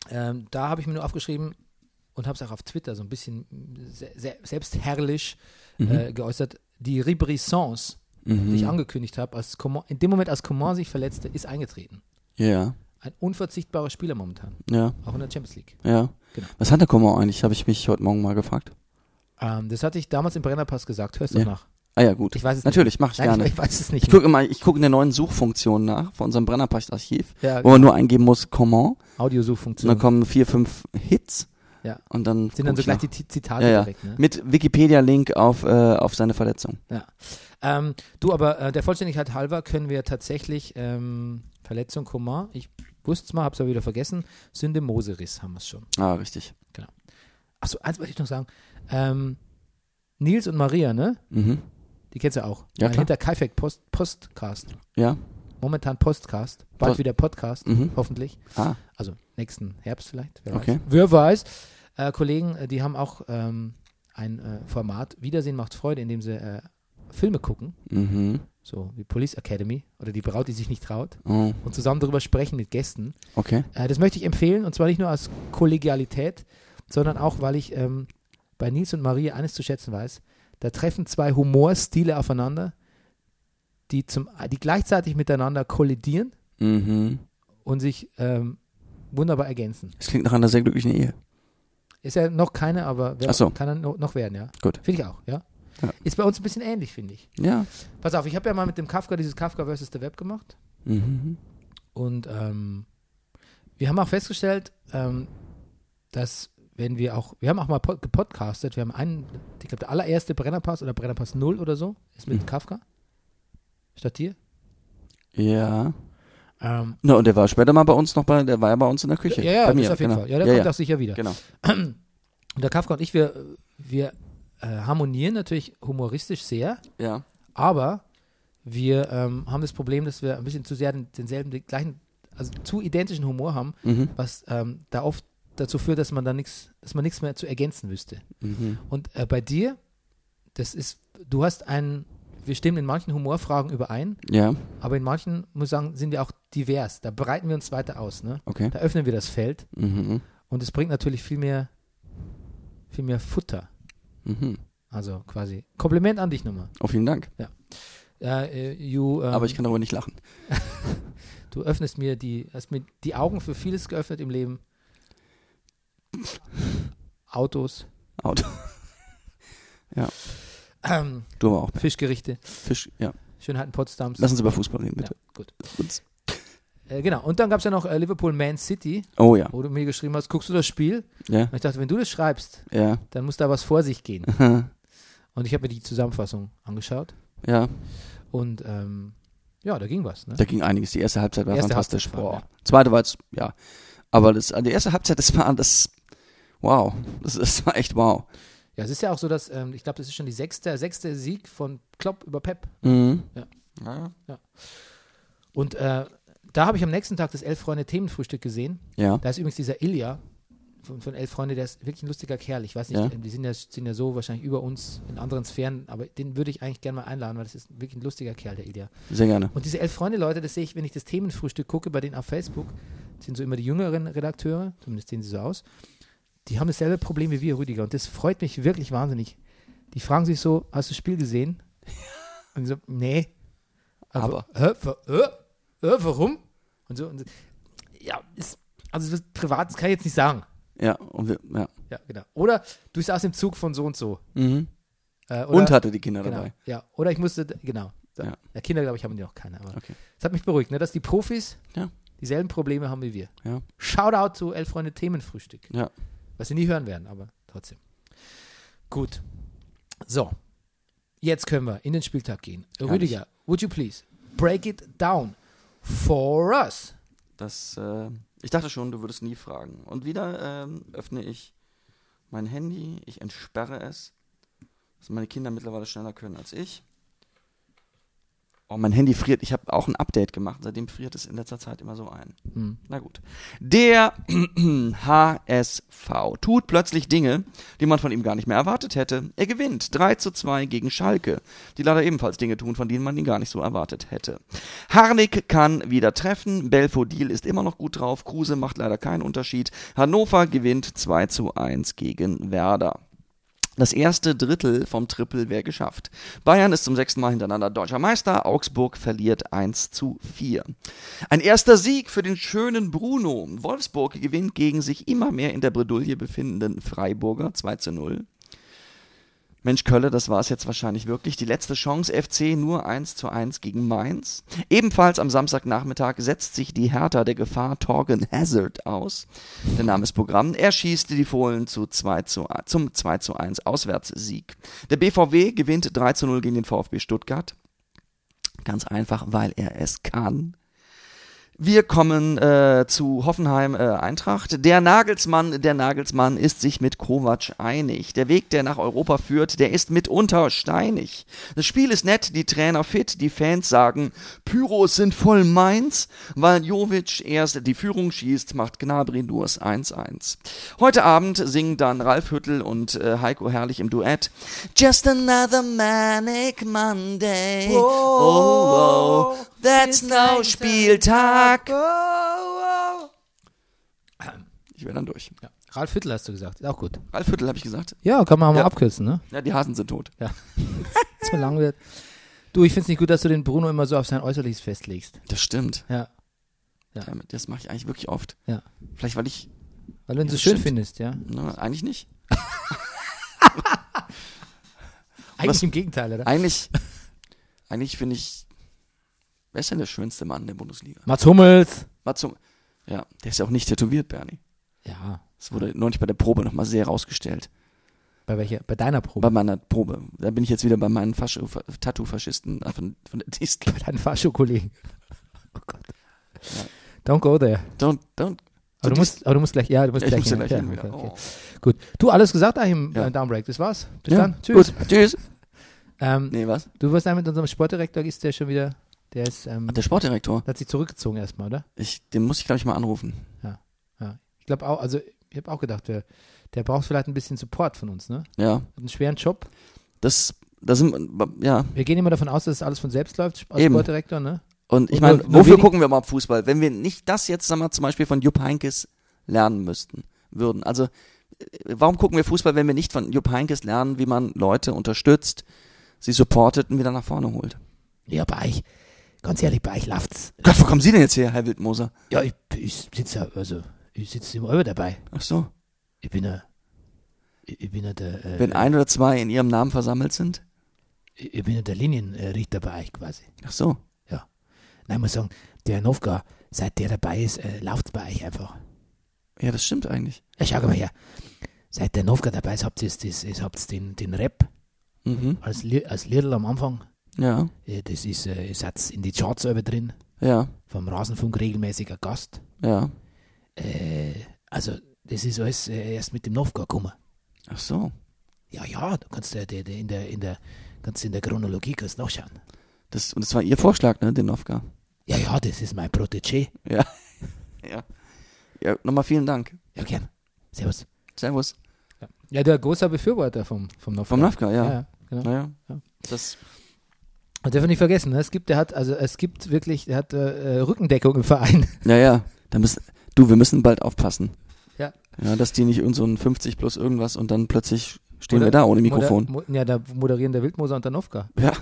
[SPEAKER 1] Ähm, da habe ich mir nur aufgeschrieben und habe es auch auf Twitter so ein bisschen se se selbstherrlich
[SPEAKER 2] Mhm.
[SPEAKER 1] äh, geäußert. Die Ribrissance, die ich angekündigt habe, als Coman, in dem Moment, als Coman sich verletzte, ist eingetreten.
[SPEAKER 2] Ja.
[SPEAKER 1] Ein unverzichtbarer Spieler momentan,
[SPEAKER 2] Ja.
[SPEAKER 1] auch in der Champions League.
[SPEAKER 2] Ja.
[SPEAKER 1] Genau.
[SPEAKER 2] Was hat der Kummer eigentlich? Habe ich mich heute Morgen mal gefragt.
[SPEAKER 1] Ähm, das hatte ich damals im Brennerpass gesagt. Hörst du
[SPEAKER 2] Ja.
[SPEAKER 1] nach?
[SPEAKER 2] Ah ja, gut.
[SPEAKER 1] Ich weiß es
[SPEAKER 2] Natürlich, mache ich
[SPEAKER 1] nicht. Nein,
[SPEAKER 2] gerne.
[SPEAKER 1] ich, ich weiß es
[SPEAKER 2] Ich
[SPEAKER 1] nicht.
[SPEAKER 2] gucke immer, ich gucke in der neuen Suchfunktion nach von unserem Brennerpacht-Archiv,
[SPEAKER 1] Ja, genau.
[SPEAKER 2] wo man nur eingeben muss Comment und dann
[SPEAKER 1] Audiosuchfunktion.
[SPEAKER 2] kommen vier, fünf Hits
[SPEAKER 1] Ja.
[SPEAKER 2] und dann
[SPEAKER 1] Sind dann
[SPEAKER 2] guck
[SPEAKER 1] so
[SPEAKER 2] ich
[SPEAKER 1] gleich
[SPEAKER 2] nach.
[SPEAKER 1] die Ti- Zitate
[SPEAKER 2] Ja, ja.
[SPEAKER 1] direkt. Ne?
[SPEAKER 2] mit Wikipedia-Link auf äh, auf seine Verletzung.
[SPEAKER 1] Ja. Ähm, du, aber äh, der Vollständigkeit halber können wir tatsächlich ähm, Verletzung Komar, ich wusste es mal, hab's aber wieder vergessen, Sünde Moseris haben wir es schon.
[SPEAKER 2] Ah, richtig.
[SPEAKER 1] Achso, eins wollte ich noch sagen. Ähm, Nils und Maria, ne?
[SPEAKER 2] Mhm.
[SPEAKER 1] Die kennst du auch.
[SPEAKER 2] Ja,
[SPEAKER 1] Ein
[SPEAKER 2] klar.
[SPEAKER 1] Hinter Kaifek Post, Postcast.
[SPEAKER 2] Ja.
[SPEAKER 1] Momentan Postcast. Bald
[SPEAKER 2] Post-
[SPEAKER 1] wieder Podcast,
[SPEAKER 2] Mhm.
[SPEAKER 1] hoffentlich.
[SPEAKER 2] Ah.
[SPEAKER 1] Also nächsten Herbst vielleicht. Wer
[SPEAKER 2] Okay.
[SPEAKER 1] weiß. Wer weiß. Äh, Kollegen, äh, die haben auch ähm, ein äh, Format, Wiedersehen macht Freude, indem sie äh, Filme gucken.
[SPEAKER 2] Mhm.
[SPEAKER 1] so wie Police Academy oder die Braut, die sich nicht traut,
[SPEAKER 2] Oh.
[SPEAKER 1] und zusammen darüber sprechen mit Gästen.
[SPEAKER 2] Okay.
[SPEAKER 1] Äh, das möchte ich empfehlen und zwar nicht nur aus Kollegialität, sondern auch, weil ich ähm, bei Nils und Maria eines zu schätzen weiß: da treffen zwei Humorstile aufeinander, die, zum, die gleichzeitig miteinander kollidieren
[SPEAKER 2] Mhm.
[SPEAKER 1] und sich ähm, wunderbar ergänzen.
[SPEAKER 2] Das klingt nach einer sehr glücklichen Ehe.
[SPEAKER 1] Ist ja noch keine, aber wer,
[SPEAKER 2] Ach so.
[SPEAKER 1] kann er no- noch werden, ja?
[SPEAKER 2] Gut.
[SPEAKER 1] Finde ich auch, ja?
[SPEAKER 2] Ja.
[SPEAKER 1] Ist bei uns ein bisschen ähnlich, finde ich.
[SPEAKER 2] Ja.
[SPEAKER 1] Pass auf, ich habe ja mal mit dem Kafka dieses Kafka versus the Web gemacht.
[SPEAKER 2] Mhm.
[SPEAKER 1] Und ähm, wir haben auch festgestellt, ähm, dass wenn wir auch, wir haben auch mal pod- gepodcastet, wir haben einen, ich glaube, der allererste Brennerpass oder Brennerpass 0 oder so, ist
[SPEAKER 2] Mhm.
[SPEAKER 1] mit Kafka. Statt dir.
[SPEAKER 2] Ja.
[SPEAKER 1] Ähm,
[SPEAKER 2] Na, und der war später mal bei uns noch bei, der war ja bei uns in der Küche.
[SPEAKER 1] ja, ja,
[SPEAKER 2] bei
[SPEAKER 1] das
[SPEAKER 2] mir.
[SPEAKER 1] ist auf jeden
[SPEAKER 2] genau.
[SPEAKER 1] Fall. Ja, der
[SPEAKER 2] ja,
[SPEAKER 1] kommt
[SPEAKER 2] ja.
[SPEAKER 1] auch sicher wieder.
[SPEAKER 2] Genau.
[SPEAKER 1] Und der Kafka und ich, wir, wir äh, harmonieren natürlich humoristisch sehr,
[SPEAKER 2] Ja.
[SPEAKER 1] aber wir ähm, haben das Problem, dass wir ein bisschen zu sehr den, denselben, den gleichen, also zu identischen Humor haben,
[SPEAKER 2] Mhm.
[SPEAKER 1] was ähm, da oft dazu führt, dass man da nichts, dass man nichts mehr zu ergänzen wüsste.
[SPEAKER 2] Mhm.
[SPEAKER 1] Und äh, bei dir, das ist, du hast einen, wir stimmen in manchen Humorfragen überein,
[SPEAKER 2] Ja.
[SPEAKER 1] aber in manchen, muss ich sagen, sind wir auch divers. Da breiten wir uns weiter aus, ne?
[SPEAKER 2] Okay.
[SPEAKER 1] Da öffnen wir das Feld
[SPEAKER 2] Mhm.
[SPEAKER 1] und es bringt natürlich viel mehr, viel mehr Futter.
[SPEAKER 2] Mhm.
[SPEAKER 1] Also quasi Kompliment an dich nochmal.
[SPEAKER 2] Oh, vielen Dank.
[SPEAKER 1] Äh, äh, you, ähm,
[SPEAKER 2] Aber ich kann darüber nicht lachen.
[SPEAKER 1] du öffnest mir die, hast mir die Augen für vieles geöffnet im Leben. Autos,
[SPEAKER 2] Out.
[SPEAKER 1] ähm,
[SPEAKER 2] Du aber auch.
[SPEAKER 1] Fischgerichte,
[SPEAKER 2] Fisch, ja.
[SPEAKER 1] Schönheiten Potsdams.
[SPEAKER 2] Lass uns über Fußball reden, bitte.
[SPEAKER 1] Ja, gut.
[SPEAKER 2] Gut.
[SPEAKER 1] Äh, genau. Und dann gab es ja noch äh, Liverpool Man City,
[SPEAKER 2] Oh ja.
[SPEAKER 1] wo du mir geschrieben hast, guckst du das Spiel?
[SPEAKER 2] Ja.
[SPEAKER 1] Und ich dachte, wenn du das schreibst,
[SPEAKER 2] Ja.
[SPEAKER 1] dann muss da was vor sich gehen.
[SPEAKER 2] Aha.
[SPEAKER 1] Und ich habe mir die Zusammenfassung angeschaut
[SPEAKER 2] Ja.
[SPEAKER 1] und ähm, ja, da ging was. Ne?
[SPEAKER 2] Da ging einiges. Die erste Halbzeit war
[SPEAKER 1] Erste
[SPEAKER 2] fantastisch.
[SPEAKER 1] Halbzeit war,
[SPEAKER 2] Boah. Zweite war jetzt, ja. Aber das, die erste Halbzeit, das war das. Wow. Das, das war echt wow.
[SPEAKER 1] Ja, es ist ja auch so, dass ähm, ich glaube, das ist schon die sechste, sechste Sieg von Klopp über Pep.
[SPEAKER 2] Mhm.
[SPEAKER 1] Ja.
[SPEAKER 2] Ja.
[SPEAKER 1] Und äh, da habe ich am nächsten Tag das Elf Freunde Themenfrühstück gesehen.
[SPEAKER 2] Ja.
[SPEAKER 1] Da ist übrigens dieser Ilja von, von elf Freunde, der ist wirklich ein lustiger Kerl. Ich weiß nicht,
[SPEAKER 2] Ja.
[SPEAKER 1] ähm, die sind ja, sind ja so wahrscheinlich über uns in anderen Sphären, aber den würde ich eigentlich gerne mal einladen, weil das ist wirklich ein lustiger Kerl, der Ilja.
[SPEAKER 2] Sehr gerne.
[SPEAKER 1] Und diese elf Freunde, Leute, das sehe ich, wenn ich das Themenfrühstück gucke, bei denen auf Facebook, das sind so immer die jüngeren Redakteure, zumindest sehen sie so aus, die haben dasselbe Problem wie wir, Rüdiger. Und das freut mich wirklich wahnsinnig. Die fragen sich so, hast du das Spiel gesehen? Und so, nee. Also,
[SPEAKER 2] Aber.
[SPEAKER 1] Hä, wa- hä, hä, warum? Und so, und so. Ja, ist, also das ist privat, das kann ich jetzt nicht sagen.
[SPEAKER 2] Ja, und wir, ja.
[SPEAKER 1] Ja, genau. Oder du saß im Zug von so und so.
[SPEAKER 2] Mhm.
[SPEAKER 1] Äh, oder,
[SPEAKER 2] Und hatte die Kinder
[SPEAKER 1] genau,
[SPEAKER 2] dabei.
[SPEAKER 1] Ja, oder ich musste, genau. So.
[SPEAKER 2] Ja.
[SPEAKER 1] Ja, Kinder, glaube ich, haben die noch keine. Aber
[SPEAKER 2] Okay.
[SPEAKER 1] das hat mich beruhigt, ne, dass die Profis
[SPEAKER 2] Ja.
[SPEAKER 1] dieselben Probleme haben wie wir.
[SPEAKER 2] Ja.
[SPEAKER 1] Shoutout zu Elf Freunde Themenfrühstück.
[SPEAKER 2] Ja.
[SPEAKER 1] Was sie nie hören werden, aber trotzdem. Gut. So. Jetzt können wir in den Spieltag gehen. Rüdiger, would you please break it down for us?
[SPEAKER 2] Das, äh, ich dachte schon, du würdest nie fragen. Und wieder ähm, öffne ich mein Handy, ich entsperre es, dass meine Kinder mittlerweile schneller können als ich. Oh, mein Handy friert. Ich habe auch ein Update gemacht. Seitdem friert es in letzter Zeit immer so ein. Na gut. Der HSV tut plötzlich Dinge, die man von ihm gar nicht mehr erwartet hätte. Er gewinnt 3 zu 2 gegen Schalke, die leider ebenfalls Dinge tun, von denen man ihn gar nicht so erwartet hätte. Harnik kann wieder treffen, Belfodil ist immer noch gut drauf, Kruse macht leider keinen Unterschied. Hannover gewinnt 2 zu 1 gegen Werder. Das erste Drittel vom Triple wäre geschafft. Bayern ist zum sechsten Mal hintereinander deutscher Meister. Augsburg verliert 1 zu 4. Ein erster Sieg für den schönen Bruno. Wolfsburg gewinnt gegen sich immer mehr in der Bredouille befindenden Freiburger 2 zu 0. Mensch Kölle, das war es jetzt wahrscheinlich wirklich. Die letzte Chance FC nur 1 zu 1 gegen Mainz. Ebenfalls am Samstagnachmittag setzt sich die Hertha der Gefahr Torgen Hazard aus. Der Name ist Programm. Er schießt die Fohlen zu 2 zu, zum 2 zu 1 Auswärtssieg. Der BVW gewinnt 3 zu 0 gegen den VfB Stuttgart. Ganz einfach, weil er es kann. Wir kommen äh, zu Hoffenheim äh, Eintracht. Der Nagelsmann, der Nagelsmann ist sich mit Kovac einig. Der Weg, der nach Europa führt, der ist mitunter steinig. Das Spiel ist nett, die Trainer fit, die Fans sagen, Pyros sind voll meins, weil Jovic erst die Führung schießt, macht Gnabry nur das 1-1. Heute Abend singen dann Ralf Hüttel und äh, Heiko Herrlich im Duett Just another manic Monday. Oh, oh, that's no Spieltag. Ich wäre dann durch.
[SPEAKER 1] Ja. Ralf Hüttel hast du gesagt. Ist auch gut.
[SPEAKER 2] Ralf Hüttel habe ich gesagt.
[SPEAKER 1] Ja, kann man auch mal
[SPEAKER 2] Ja.
[SPEAKER 1] abkürzen, ne?
[SPEAKER 2] Ja, die Hasen sind tot.
[SPEAKER 1] Zu lang wird. Du, ich finde es nicht gut, dass du den Bruno immer so auf sein Äußerliches festlegst.
[SPEAKER 2] Das stimmt.
[SPEAKER 1] Ja. Ja.
[SPEAKER 2] Damit- Das mache ich eigentlich wirklich oft.
[SPEAKER 1] Ja.
[SPEAKER 2] Vielleicht, weil ich.
[SPEAKER 1] Weil du ihn
[SPEAKER 2] Ja,
[SPEAKER 1] so
[SPEAKER 2] das
[SPEAKER 1] schön
[SPEAKER 2] stimmt.
[SPEAKER 1] findest, ja.
[SPEAKER 2] Ne, eigentlich nicht.
[SPEAKER 1] Eigentlich
[SPEAKER 2] Was-
[SPEAKER 1] im Gegenteil, oder?
[SPEAKER 2] Eigentlich. eigentlich finde ich. Wer ist denn der schönste Mann der Bundesliga?
[SPEAKER 1] Mats Hummels.
[SPEAKER 2] Mal zum. Ja, der ist ja auch nicht tätowiert, Bernie.
[SPEAKER 1] Ja.
[SPEAKER 2] Das wurde neulich bei der Probe nochmal sehr rausgestellt.
[SPEAKER 1] Bei welcher? Bei deiner Probe.
[SPEAKER 2] Bei meiner Probe. Da bin ich jetzt wieder bei meinen Fasch- Tattoo-Faschisten äh, von, von der Distel.
[SPEAKER 1] Bei deinen Fahrschuhkollegen. Oh Gott. Don't go there.
[SPEAKER 2] Don't, don't.
[SPEAKER 1] Aber du, musst, aber du musst gleich, ja, du musst
[SPEAKER 2] Ja, ich
[SPEAKER 1] gleich,
[SPEAKER 2] muss ja gleich hin
[SPEAKER 1] okay,
[SPEAKER 2] wieder.
[SPEAKER 1] okay.
[SPEAKER 2] Oh.
[SPEAKER 1] Gut. Du, alles gesagt eigentlich im
[SPEAKER 2] Ja.
[SPEAKER 1] äh, Downbreak. Das war's. Bis
[SPEAKER 2] Ja,
[SPEAKER 1] dann. Tschüss.
[SPEAKER 2] Gut. Tschüss.
[SPEAKER 1] Ähm,
[SPEAKER 2] Nee, was?
[SPEAKER 1] Du warst da mit unserem Sportdirektor, ist der schon wieder, der ist, ähm,
[SPEAKER 2] Ach, der Sportdirektor.
[SPEAKER 1] hat sich zurückgezogen erstmal, oder?
[SPEAKER 2] Ich, den muss ich, glaube ich, mal anrufen.
[SPEAKER 1] Ich glaube auch, also ich habe auch gedacht, der, der braucht vielleicht ein bisschen Support von uns, ne?
[SPEAKER 2] Ja.
[SPEAKER 1] Hat einen schweren Job.
[SPEAKER 2] Das, da sind, ja.
[SPEAKER 1] Wir gehen immer davon aus, dass es alles von selbst läuft als
[SPEAKER 2] Eben.
[SPEAKER 1] Sportdirektor, ne?
[SPEAKER 2] Und ich
[SPEAKER 1] Und
[SPEAKER 2] meine,
[SPEAKER 1] nur- nur
[SPEAKER 2] wofür
[SPEAKER 1] wenig-
[SPEAKER 2] gucken wir mal Fußball? Wenn wir nicht das jetzt, sagen wir, zum Beispiel von Jupp Heinkes lernen müssten, würden. Also, äh, warum gucken wir Fußball, wenn wir nicht von Jupp Heinkes lernen, wie man Leute unterstützt, sie supportet und wieder nach vorne holt?
[SPEAKER 1] Ja, bei euch. Ganz ehrlich, bei euch läuft's.
[SPEAKER 2] Gott, wo kommen Sie denn jetzt her, Herr Wildmoser?
[SPEAKER 1] Ja, ich, ich sitze ja, also, ich sitze immer dabei.
[SPEAKER 2] Ach so.
[SPEAKER 1] Ich bin ja, ich ich bin ja der, äh,
[SPEAKER 2] Wenn ein oder zwei in Ihrem Namen versammelt sind?
[SPEAKER 1] ich ich bin ja der Linienrichter bei euch quasi.
[SPEAKER 2] Ach so.
[SPEAKER 1] Nein, ich muss sagen, der Herr Nowka, seit der dabei ist, äh, läuft's bei euch einfach.
[SPEAKER 2] Ja, das stimmt eigentlich.
[SPEAKER 1] Ja, schau mal her. Seit der Nowka dabei ist, habt ihr das, das, habt den, den Rap
[SPEAKER 2] Mhm.
[SPEAKER 1] als, Li- als Lidl am Anfang.
[SPEAKER 2] Ja.
[SPEAKER 1] Äh, Das ist, äh, ist jetzt in die Charts selber drin.
[SPEAKER 2] Ja.
[SPEAKER 1] Vom Rasenfunk regelmäßiger Gast.
[SPEAKER 2] Ja.
[SPEAKER 1] Äh, also, das ist alles äh, erst mit dem Novka gekommen.
[SPEAKER 2] Ach so.
[SPEAKER 1] Ja, ja, du kannst äh, der- der- in der, in der, kannst in der Chronologie kannst nachschauen.
[SPEAKER 2] Das, und das war Ihr Vorschlag, ne, den Novka?
[SPEAKER 1] Ja, ja, das ist mein Protégé.
[SPEAKER 2] Ja. ja. Ja, nochmal vielen Dank.
[SPEAKER 1] Ja, gern. Servus.
[SPEAKER 2] Servus.
[SPEAKER 1] Ja, der großer Befürworter vom, vom Novka.
[SPEAKER 2] Vom Nafka, ja.
[SPEAKER 1] Ja, ja, genau.
[SPEAKER 2] Naja.
[SPEAKER 1] Ja.
[SPEAKER 2] Das,
[SPEAKER 1] Und darf man nicht vergessen, ne? es gibt, der hat, also es gibt wirklich, der hat äh, äh, Rückendeckung im Verein.
[SPEAKER 2] naja, da müssen, du, wir müssen bald aufpassen.
[SPEAKER 1] Ja.
[SPEAKER 2] Ja, dass die nicht irgend so ein 50 plus irgendwas und dann plötzlich stehen wir
[SPEAKER 1] Moder-
[SPEAKER 2] da ohne Mikrofon.
[SPEAKER 1] Moder, mo, ja, da moderieren der Wildmoser und der Novka.
[SPEAKER 2] Ja,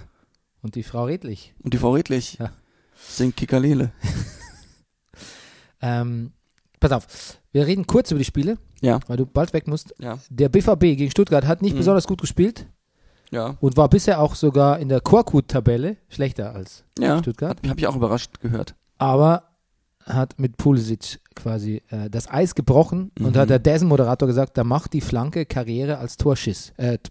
[SPEAKER 1] Und die Frau Redlich.
[SPEAKER 2] und die Frau Redlich
[SPEAKER 1] Ja.
[SPEAKER 2] singt Kikalele.
[SPEAKER 1] Ähm, pass auf, wir reden kurz über die Spiele,
[SPEAKER 2] Ja,
[SPEAKER 1] weil du bald weg musst.
[SPEAKER 2] ja,
[SPEAKER 1] Der BVB gegen Stuttgart hat nicht
[SPEAKER 2] Mhm.
[SPEAKER 1] besonders gut gespielt
[SPEAKER 2] ja,
[SPEAKER 1] und war bisher auch sogar in der Korkut-Tabelle schlechter als
[SPEAKER 2] ja.
[SPEAKER 1] Stuttgart.
[SPEAKER 2] Hat, hab ich auch überrascht gehört.
[SPEAKER 1] aber hat mit Pulisic quasi äh, das Eis gebrochen und
[SPEAKER 2] Mhm.
[SPEAKER 1] hat der Dessen-Moderator gesagt, da macht die Flanke Karriere als Torschiss. Äh, t-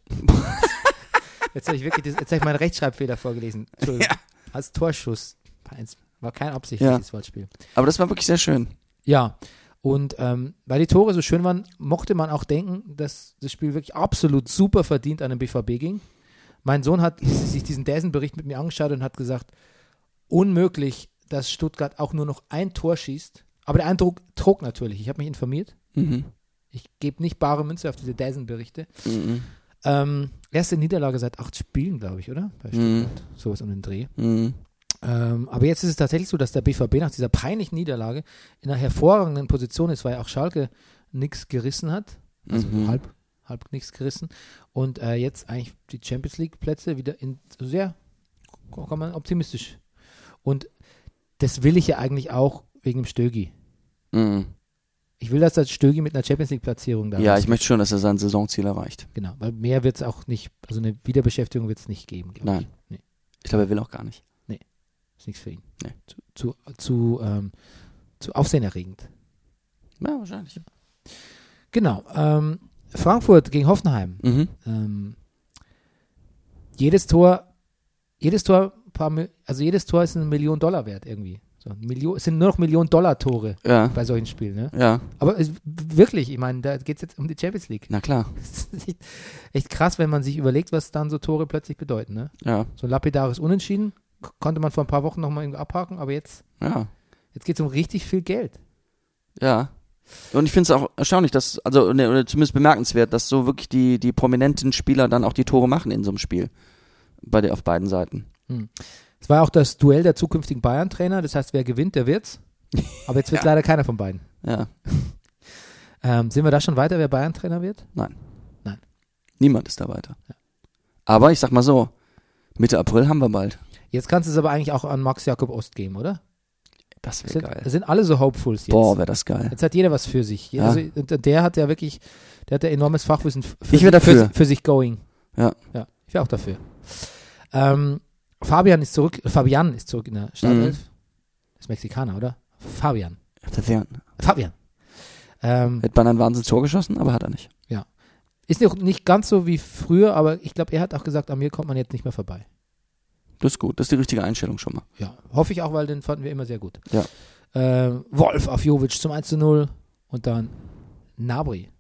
[SPEAKER 1] jetzt habe ich wirklich, das, jetzt habe ich meinen Rechtschreibfehler vorgelesen. Entschuldigung. Als Torschuss. Eins. War kein absichtliches Wortspiel.
[SPEAKER 2] Aber das war wirklich sehr schön.
[SPEAKER 1] Ja, und ähm, weil die Tore so schön waren, mochte man auch denken, dass das Spiel wirklich absolut super verdient an den BVB ging. Mein Sohn hat sich diesen Dessen-Bericht mit mir angeschaut und hat gesagt, unmöglich, dass Stuttgart auch nur noch ein Tor schießt. Aber der Eindruck trug natürlich. Ich habe mich informiert.
[SPEAKER 2] Mhm.
[SPEAKER 1] Ich gebe nicht bare Münze auf diese Dessen-Berichte.
[SPEAKER 2] Mhm.
[SPEAKER 1] Ähm, erste Niederlage seit acht Spielen, glaube ich, oder? Bei
[SPEAKER 2] Mhm.
[SPEAKER 1] Stuttgart. Sowas um den Dreh.
[SPEAKER 2] Mhm.
[SPEAKER 1] Ähm, aber jetzt ist es tatsächlich so, dass der BVB nach dieser peinlichen Niederlage in einer hervorragenden Position ist, weil auch Schalke nichts gerissen hat. Also
[SPEAKER 2] Mhm.
[SPEAKER 1] halb, halb nichts gerissen. Und äh, jetzt eigentlich die Champions League-Plätze wieder in sehr, kann man optimistisch. Und das will ich ja eigentlich auch wegen dem Stögi.
[SPEAKER 2] Mhm.
[SPEAKER 1] Ich will, dass das Stögi mit einer Champions League-Platzierung da
[SPEAKER 2] Ja,
[SPEAKER 1] ist.
[SPEAKER 2] ich möchte schon, dass er sein Saisonziel erreicht.
[SPEAKER 1] Genau, weil mehr wird es auch nicht, also eine Wiederbeschäftigung wird es nicht geben. glaub
[SPEAKER 2] Nein.
[SPEAKER 1] Ich. Nee,
[SPEAKER 2] Ich glaube, er will auch gar nicht.
[SPEAKER 1] ist nichts für ihn.
[SPEAKER 2] Nee.
[SPEAKER 1] Zu, zu, zu, ähm, zu aufsehenerregend.
[SPEAKER 2] Ja, wahrscheinlich.
[SPEAKER 1] Genau. Ähm, Frankfurt gegen Hoffenheim.
[SPEAKER 2] Mhm.
[SPEAKER 1] Ähm, jedes Tor, jedes Tor, paar, Mil- also jedes Tor ist eine Million Dollar wert irgendwie. So, ein Million, es sind nur noch Millionen Dollar Tore
[SPEAKER 2] Ja,
[SPEAKER 1] bei solchen Spielen. Ne?
[SPEAKER 2] ja,
[SPEAKER 1] Aber es, wirklich, ich meine, da geht es jetzt um die Champions League.
[SPEAKER 2] na klar.
[SPEAKER 1] Das ist echt, echt krass, wenn man sich überlegt, was dann so Tore plötzlich bedeuten. Ne?
[SPEAKER 2] Ja,
[SPEAKER 1] So ein lapidares Unentschieden k- konnte man vor ein paar Wochen nochmal irgendwie abhaken, aber jetzt,
[SPEAKER 2] ja,
[SPEAKER 1] jetzt geht es um richtig viel Geld.
[SPEAKER 2] ja. Und ich finde es auch erstaunlich, dass, also, ne, oder zumindest bemerkenswert, dass so wirklich die, die prominenten Spieler dann auch die Tore machen in so einem Spiel. Bei der, auf beiden Seiten.
[SPEAKER 1] Es war auch das Duell der zukünftigen Bayern-Trainer, das heißt, wer gewinnt, der wird's. Aber jetzt wird leider keiner von beiden.
[SPEAKER 2] Ja,
[SPEAKER 1] Ähm, sind wir da schon weiter, wer Bayern-Trainer wird?
[SPEAKER 2] nein.
[SPEAKER 1] Nein.
[SPEAKER 2] Niemand ist da weiter. Aber ich sag mal so, Mitte April haben wir bald.
[SPEAKER 1] Jetzt kannst du es aber eigentlich auch an Max Jakob Ost geben, oder?
[SPEAKER 2] Das
[SPEAKER 1] Es
[SPEAKER 2] wäre
[SPEAKER 1] sind,
[SPEAKER 2] geil.
[SPEAKER 1] es sind alle so Hopefuls jetzt.
[SPEAKER 2] Boah, wäre das geil.
[SPEAKER 1] Jetzt hat jeder was für sich.
[SPEAKER 2] Ja.
[SPEAKER 1] Also, und der hat ja wirklich, der hat ja enormes Fachwissen f- für,
[SPEAKER 2] Ich wär
[SPEAKER 1] sich-
[SPEAKER 2] dafür.
[SPEAKER 1] Für, für sich going.
[SPEAKER 2] Ja.
[SPEAKER 1] ja ich wäre auch dafür. Ähm, Fabian ist zurück, Fabian ist zurück in der Startelf.
[SPEAKER 2] Mhm.
[SPEAKER 1] Ist Mexikaner, oder? Fabian.
[SPEAKER 2] Das wär,
[SPEAKER 1] Fabian. Ähm,
[SPEAKER 2] hätte man ein wahnsinniges Tor geschossen, aber hat er nicht.
[SPEAKER 1] Ist noch nicht ganz so wie früher, aber ich glaube, er hat auch gesagt, an mir kommt man jetzt nicht mehr vorbei.
[SPEAKER 2] Das ist gut. Das ist die richtige Einstellung schon mal.
[SPEAKER 1] Ja, hoffe ich auch, weil den fanden wir immer sehr gut.
[SPEAKER 2] Ja.
[SPEAKER 1] Ähm, Wolf auf Jovic zum 1 zu 0 und dann Nabri.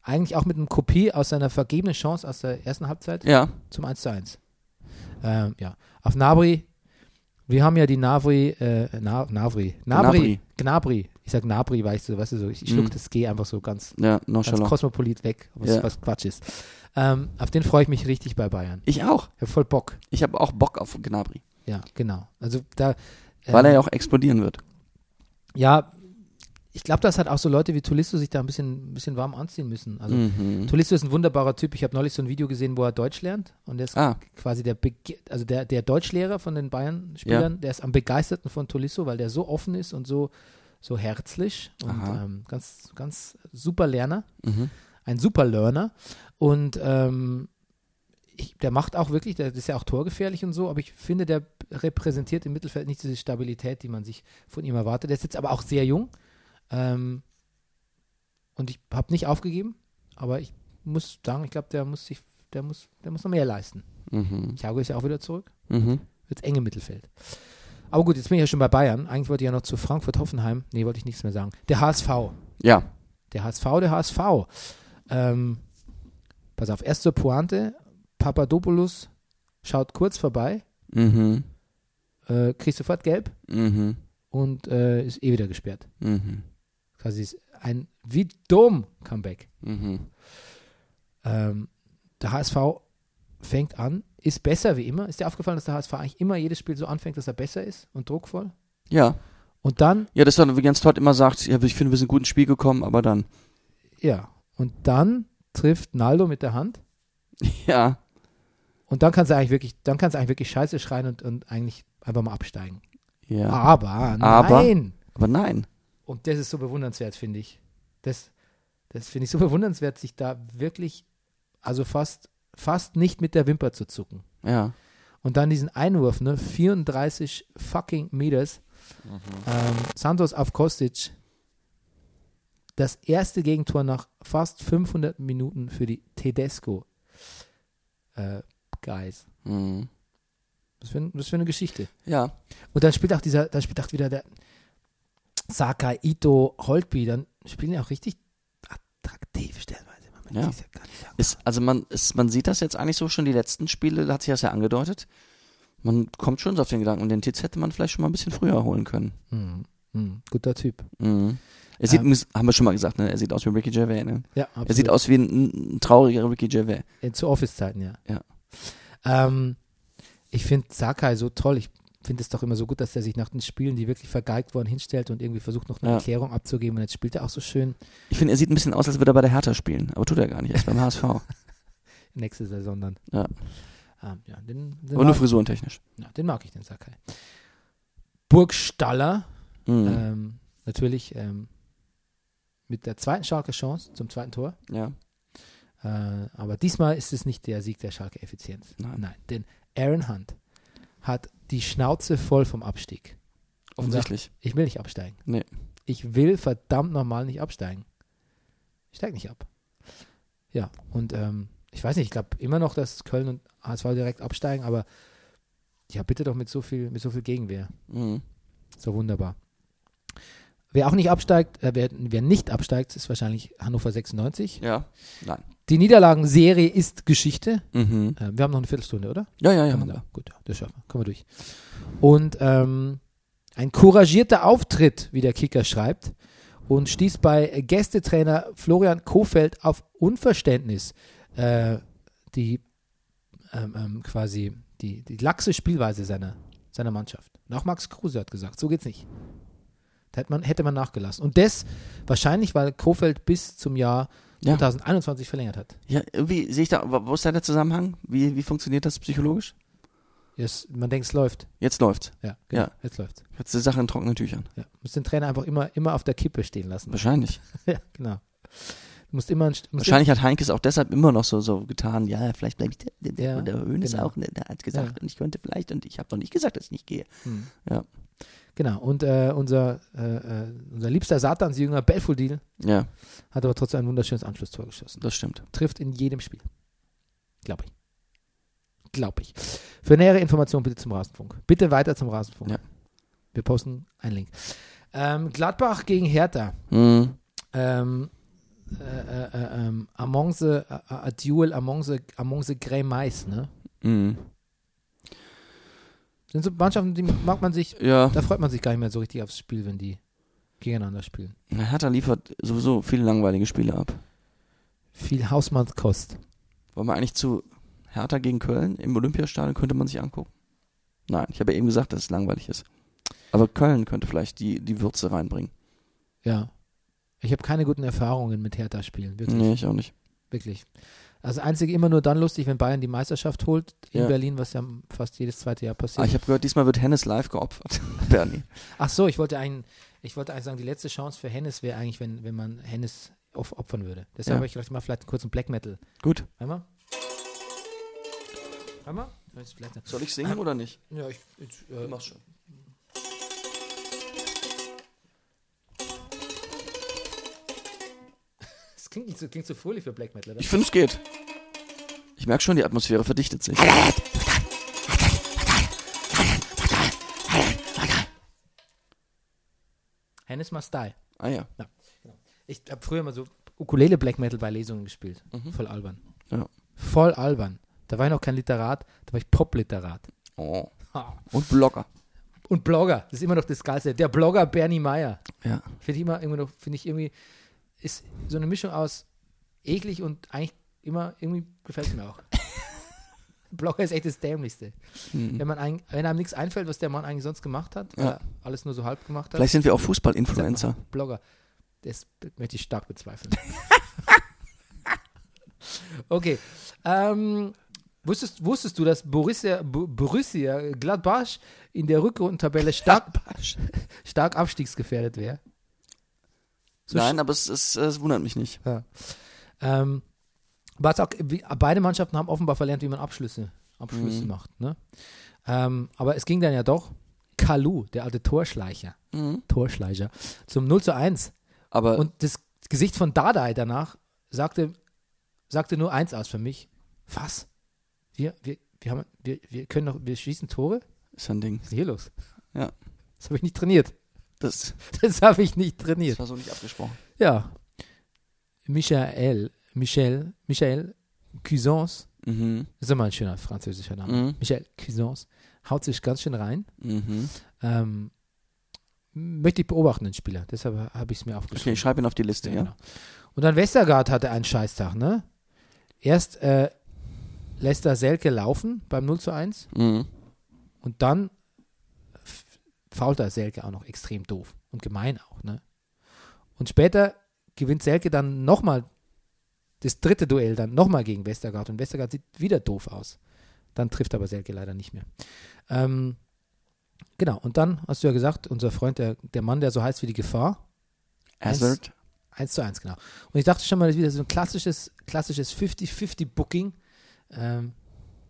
[SPEAKER 1] Eigentlich auch mit einem Kopie aus seiner vergebenen Chance aus der ersten Halbzeit
[SPEAKER 2] Ja,
[SPEAKER 1] zum 1 zu 1. Ähm, ja, auf Nabri. Wir haben ja die Navri, äh, Na, Navri, Nabri,
[SPEAKER 2] Gnabry.
[SPEAKER 1] Gnabri. Ich sag Nabri, weil ich so, weißt du, so, ich, ich schluck
[SPEAKER 2] Mhm.
[SPEAKER 1] das G einfach so ganz,
[SPEAKER 2] ja,
[SPEAKER 1] ganz
[SPEAKER 2] nonchalant.
[SPEAKER 1] kosmopolit weg, was,
[SPEAKER 2] Ja.
[SPEAKER 1] was Quatsch ist. Ähm, auf den freue ich mich richtig bei Bayern.
[SPEAKER 2] Ich auch.
[SPEAKER 1] Ja, voll Bock.
[SPEAKER 2] Ich habe auch Bock auf Gnabry,
[SPEAKER 1] Ja, genau. Also da. äh,
[SPEAKER 2] weil er ja auch explodieren wird.
[SPEAKER 1] ja, ich glaube, dass halt auch so Leute wie Tulisso sich da ein bisschen, ein bisschen warm anziehen müssen. Also
[SPEAKER 2] Mhm.
[SPEAKER 1] Tulisso ist ein wunderbarer Typ. Ich habe neulich so ein Video gesehen, wo er Deutsch lernt und der ist
[SPEAKER 2] Ah,
[SPEAKER 1] quasi der, Bege also der, der Deutschlehrer von den Bayern-Spielern. Der ist am begeisterten von Tulisso, weil der so offen ist und so, so herzlich und
[SPEAKER 2] Aha.
[SPEAKER 1] ähm, ganz, ganz super Lerner.
[SPEAKER 2] mhm.
[SPEAKER 1] ein super Learner und ähm, ich, der macht auch wirklich, der ist ja auch torgefährlich und so, aber ich finde, der repräsentiert im Mittelfeld nicht diese Stabilität, die man sich von ihm erwartet. Der ist jetzt aber auch sehr jung ähm, und ich habe nicht aufgegeben, aber ich muss sagen, ich glaube, der muss sich, der muss, der muss noch mehr leisten.
[SPEAKER 2] Mhm.
[SPEAKER 1] Thiago ist ja auch wieder zurück,
[SPEAKER 2] Mhm.
[SPEAKER 1] wird eng im Mittelfeld. Aber gut, jetzt bin ich ja schon bei Bayern. Eigentlich wollte ich ja noch zu Frankfurt-Hoffenheim. Nee, wollte ich nichts mehr sagen. Der HSV.
[SPEAKER 2] Ja,
[SPEAKER 1] Der HSV, der HSV. Ähm, pass auf, erst zur Pointe. Papadopoulos schaut kurz vorbei,
[SPEAKER 2] mhm.
[SPEAKER 1] äh, kriegt sofort gelb
[SPEAKER 2] Mhm.
[SPEAKER 1] und äh, ist eh wieder gesperrt.
[SPEAKER 2] Mhm.
[SPEAKER 1] Das quasi ist ein wie dumm Comeback.
[SPEAKER 2] Mhm.
[SPEAKER 1] Ähm, der HSV fängt an, ist besser wie immer. Ist dir aufgefallen, dass der HSV eigentlich immer jedes Spiel so anfängt, dass er besser ist und druckvoll?
[SPEAKER 2] Ja.
[SPEAKER 1] Und dann,
[SPEAKER 2] Ja, dass dann wie ganz Todd immer sagt, ja, ich finde, wir sind gut ins Spiel gekommen, aber dann.
[SPEAKER 1] ja, und dann trifft Naldo mit der Hand.
[SPEAKER 2] Ja.
[SPEAKER 1] Und dann kannst du eigentlich wirklich, dann kannst du eigentlich wirklich Scheiße schreien und, und eigentlich einfach mal absteigen.
[SPEAKER 2] Ja.
[SPEAKER 1] Ah. Aber,
[SPEAKER 2] Aber-
[SPEAKER 1] nein!
[SPEAKER 2] Aber nein.
[SPEAKER 1] Und das ist so bewundernswert, finde ich. Das, das finde ich so bewundernswert, sich da wirklich, also fast, fast nicht mit der Wimper zu zucken.
[SPEAKER 2] Ja.
[SPEAKER 1] Und dann diesen Einwurf, ne? 34 fucking Meters.
[SPEAKER 2] Mhm.
[SPEAKER 1] Ähm, Santos auf Kostic. Das erste Gegentor nach fast 500 Minuten für die Tedesco. Äh, Guys.
[SPEAKER 2] Mhm.
[SPEAKER 1] Das für, das für eine Geschichte.
[SPEAKER 2] Ja.
[SPEAKER 1] Und dann spielt auch dieser, dann spielt auch wieder der Saka, Ito, Holtby, dann spielen die auch richtig attraktiv stellenweise. Man
[SPEAKER 2] Ja.
[SPEAKER 1] das gar nicht sagen.
[SPEAKER 2] Ist, also man, ist, man sieht das jetzt eigentlich so schon, die letzten Spiele, da hat sich das ja angedeutet. Man kommt schon so auf den Gedanken, und den Titz hätte man vielleicht schon mal ein bisschen früher holen können.
[SPEAKER 1] Mhm. Mhm. Guter Typ.
[SPEAKER 2] Mhm. Er sieht,
[SPEAKER 1] Ähm.
[SPEAKER 2] übrigens- haben wir schon mal gesagt, ne? er sieht aus wie Ricky Gervais. Ne?
[SPEAKER 1] Ja,
[SPEAKER 2] Er sieht aus wie ein, ein trauriger Ricky Gervais.
[SPEAKER 1] Äh, Zu Office-Zeiten, ja.
[SPEAKER 2] Ja.
[SPEAKER 1] Ähm, ich finde Sakai so toll. Ich finde es doch immer so gut, dass er sich nach den Spielen, die wirklich vergeigt wurden, hinstellt und irgendwie versucht, noch eine
[SPEAKER 2] Ja.
[SPEAKER 1] Erklärung abzugeben. Und jetzt spielt er auch so schön
[SPEAKER 2] Ich finde, er sieht ein bisschen aus, als würde er bei der Hertha spielen, aber tut er gar nicht, er ist beim HSV.
[SPEAKER 1] nächste Saison dann.
[SPEAKER 2] Ja.
[SPEAKER 1] Ähm, ja, den, den,
[SPEAKER 2] Aber nur
[SPEAKER 1] mag,
[SPEAKER 2] frisurentechnisch.
[SPEAKER 1] ja, den mag ich, den Sakai. Burgstaller,
[SPEAKER 2] Mhm.
[SPEAKER 1] ähm, natürlich ähm, mit der zweiten Schalke Chance zum zweiten Tor.
[SPEAKER 2] Ja.
[SPEAKER 1] Äh, aber diesmal ist es nicht der Sieg der Schalke Effizienz.
[SPEAKER 2] Nein.
[SPEAKER 1] denn Aaron Hunt hat die Schnauze voll vom Abstieg. Und sagt,
[SPEAKER 2] Offensichtlich.
[SPEAKER 1] ich will nicht absteigen.
[SPEAKER 2] Nee.
[SPEAKER 1] Ich will verdammt nochmal nicht absteigen. Ich steig nicht ab. Ja, und ähm, ich weiß nicht, ich glaube immer noch, dass Köln und HSV direkt absteigen, aber ja, bitte doch mit so viel, mit so viel Gegenwehr.
[SPEAKER 2] Mhm.
[SPEAKER 1] So wunderbar. Wer auch nicht absteigt, äh, wer, wer nicht absteigt, ist wahrscheinlich Hannover 96.
[SPEAKER 2] Ja. Nein.
[SPEAKER 1] Die Niederlagenserie ist Geschichte.
[SPEAKER 2] Mhm.
[SPEAKER 1] Äh, wir haben noch eine Viertelstunde, oder?
[SPEAKER 2] Ja, ja, ja.
[SPEAKER 1] Kann man
[SPEAKER 2] ja.
[SPEAKER 1] da. Gut, ja, das schaffen wir. Kommen wir durch. Und ähm, ein couragierter Auftritt, wie der Kicker schreibt, und stieß bei Gästetrainer Florian Kofeld auf Unverständnis. Äh, die ähm, ähm, quasi die, die laxe Spielweise seiner, seiner Mannschaft. Und auch Max Kruse hat gesagt, so geht's nicht. Da hätte man, hätte man nachgelassen. Und das wahrscheinlich, weil Kofeld bis zum Jahr
[SPEAKER 2] Ja.
[SPEAKER 1] 2021 verlängert hat.
[SPEAKER 2] ja irgendwie sehe ich da, wo ist da der Zusammenhang? Wie, wie funktioniert das psychologisch?
[SPEAKER 1] Jetzt, man denkt, es läuft.
[SPEAKER 2] Jetzt läuft's.
[SPEAKER 1] Ja, genau.
[SPEAKER 2] Ja.
[SPEAKER 1] jetzt läuft's.
[SPEAKER 2] Jetzt ist die Sache in trockenen Tüchern.
[SPEAKER 1] Ja. Du musst den Trainer einfach immer, immer auf der Kippe stehen lassen.
[SPEAKER 2] Wahrscheinlich.
[SPEAKER 1] ja, genau. Du musst immer ein St- musst
[SPEAKER 2] Wahrscheinlich hat Heinkes auch deshalb immer noch so, so getan, ja, vielleicht bleibe ich der, der,
[SPEAKER 1] Ja,
[SPEAKER 2] und der Höhnes
[SPEAKER 1] genau.
[SPEAKER 2] auch, ne, der hat gesagt,
[SPEAKER 1] Ja.
[SPEAKER 2] und ich könnte vielleicht, und ich habe doch nicht gesagt, dass ich nicht gehe.
[SPEAKER 1] Hm.
[SPEAKER 2] Ja.
[SPEAKER 1] Genau. Und äh, unser, äh, äh, unser liebster Satansjünger Belfodil
[SPEAKER 2] Ja,
[SPEAKER 1] hat aber trotzdem ein wunderschönes Anschlusstor geschossen.
[SPEAKER 2] das stimmt.
[SPEAKER 1] Trifft in jedem Spiel. Glaube ich. Glaube ich. Für nähere Informationen bitte zum Rasenfunk. Bitte weiter zum Rasenfunk.
[SPEAKER 2] Ja.
[SPEAKER 1] Wir posten einen Link. Ähm, Gladbach gegen Hertha.
[SPEAKER 2] Mhm.
[SPEAKER 1] ähm, äh, äh, äh, ähm, Amonse, äh, äh, Duel Amonse, Amonse Grey Mais, ne?
[SPEAKER 2] Mhm.
[SPEAKER 1] Sind so Mannschaften, die mag man sich,
[SPEAKER 2] Ja,
[SPEAKER 1] da freut man sich gar nicht mehr so richtig aufs Spiel, wenn die gegeneinander spielen.
[SPEAKER 2] na, Hertha liefert sowieso viele langweilige Spiele ab.
[SPEAKER 1] Viel Hausmannskost.
[SPEAKER 2] Wollen wir eigentlich zu Hertha gegen Köln im Olympiastadion, könnte man sich angucken? Nein, ich habe ja eben gesagt, dass es langweilig ist. Aber Köln könnte vielleicht die, die Würze reinbringen.
[SPEAKER 1] Ja. Ich habe keine guten Erfahrungen mit Hertha-Spielen, wirklich,
[SPEAKER 2] Nee, ich auch nicht.
[SPEAKER 1] wirklich. Also einzige immer nur dann lustig, wenn Bayern die Meisterschaft holt in
[SPEAKER 2] Ja.
[SPEAKER 1] Berlin, was ja fast jedes zweite Jahr
[SPEAKER 2] Ah,
[SPEAKER 1] passiert.
[SPEAKER 2] ich habe gehört, diesmal wird Hennes live geopfert. Bernie.
[SPEAKER 1] Ach so, ich wollte einen, ich wollte eigentlich sagen, die letzte Chance für Hennes wäre eigentlich, wenn, wenn man Hennes auf- opfern würde. Deshalb
[SPEAKER 2] Ja.
[SPEAKER 1] habe ich gedacht, ich mache vielleicht einen kurzen Black Metal.
[SPEAKER 2] Gut.
[SPEAKER 1] Warte mal. Warte mal. Jetzt vielleicht-
[SPEAKER 2] Soll ich singen oder nicht?
[SPEAKER 1] Ja, ich, ich, äh,
[SPEAKER 2] mach's schon.
[SPEAKER 1] das klingt, nicht so, klingt so fröhlich für Black Metal. Oder?
[SPEAKER 2] Ich finde, es geht. Ich merke schon, die Atmosphäre verdichtet sich.
[SPEAKER 1] Hennes Must Die.
[SPEAKER 2] Ah ja.
[SPEAKER 1] Ich habe früher mal so Ukulele Black Metal bei Lesungen gespielt.
[SPEAKER 2] Mhm.
[SPEAKER 1] Voll albern.
[SPEAKER 2] Ja.
[SPEAKER 1] Voll albern. Da war ich noch kein Literat, da war ich Popliterat.
[SPEAKER 2] Oh.
[SPEAKER 1] Ha.
[SPEAKER 2] Und Blocker.
[SPEAKER 1] Und Blogger, das ist immer noch das Geilste. Der Blogger Bernie Meyer.
[SPEAKER 2] Ja.
[SPEAKER 1] Finde ich immer irgendwie noch, finde ich irgendwie, ist so eine Mischung aus eklig und eigentlich immer, irgendwie gefällt es mir auch. Blogger ist echt das Dämlichste. Wenn, man ein, wenn einem nichts einfällt, was der Mann eigentlich sonst gemacht hat, weil
[SPEAKER 2] Mhm. Ja.
[SPEAKER 1] er alles nur so halb gemacht hat.
[SPEAKER 2] Vielleicht sind wir auch Fußball-Influencer.
[SPEAKER 1] Blogger. Das möchte ich stark bezweifeln. okay. Ähm, wusstest, wusstest du, dass Borussia, B- Borussia Gladbach in der Rückrundentabelle stark, stark abstiegsgefährdet wäre? So
[SPEAKER 2] Nein, aber es, es, es wundert mich nicht.
[SPEAKER 1] Ja. Ähm, aber es auch, wie, beide Mannschaften haben offenbar verlernt, wie man Abschlüsse, Abschlüsse macht. Ne? Ähm, aber es ging dann ja doch. Kalu, der alte Torschleicher,
[SPEAKER 2] Mhm.
[SPEAKER 1] Torschleicher, zum 0 zu 1.
[SPEAKER 2] Aber
[SPEAKER 1] Und das Gesicht von Dardai danach sagte, sagte nur eins aus für mich. Was? Wir, wir, wir, haben, wir, wir können noch, wir schießen Tore?
[SPEAKER 2] ist ja ein Ding.
[SPEAKER 1] Was ist denn hier los?
[SPEAKER 2] Ja.
[SPEAKER 1] Das habe ich nicht trainiert.
[SPEAKER 2] Das,
[SPEAKER 1] Das habe ich nicht
[SPEAKER 2] das
[SPEAKER 1] trainiert.
[SPEAKER 2] war so nicht abgesprochen.
[SPEAKER 1] Ja. Michael, Michel, Michael Cuisance,
[SPEAKER 2] Mhm.
[SPEAKER 1] ist immer ein schöner französischer Name.
[SPEAKER 2] Mhm.
[SPEAKER 1] Michael Cuisance haut sich ganz schön rein.
[SPEAKER 2] Mhm.
[SPEAKER 1] Ähm, möchte ich beobachten, den Spieler. Deshalb habe ich es mir aufgeschrieben.
[SPEAKER 2] Okay, ich schreibe ihn auf die Liste, ja.
[SPEAKER 1] Genau. Und dann Westergaard hatte einen Scheißtag, ne? Erst äh, lässt er Selke laufen beim 0 zu 1
[SPEAKER 2] Mhm.
[SPEAKER 1] und dann f- fault er Selke auch noch extrem doof und gemein auch, ne? Und später gewinnt Selke dann nochmal das dritte Duell dann nochmal gegen Westergaard und Westergaard sieht wieder doof aus. Dann trifft aber Selke leider nicht mehr. Ähm, genau, und dann hast du ja gesagt, unser Freund, der, der Mann, der so heißt wie die Gefahr,
[SPEAKER 2] Hazard.
[SPEAKER 1] 1 zu 1, genau. Und ich dachte schon mal, das ist wieder so ein klassisches, klassisches 50-50-Booking. Ähm,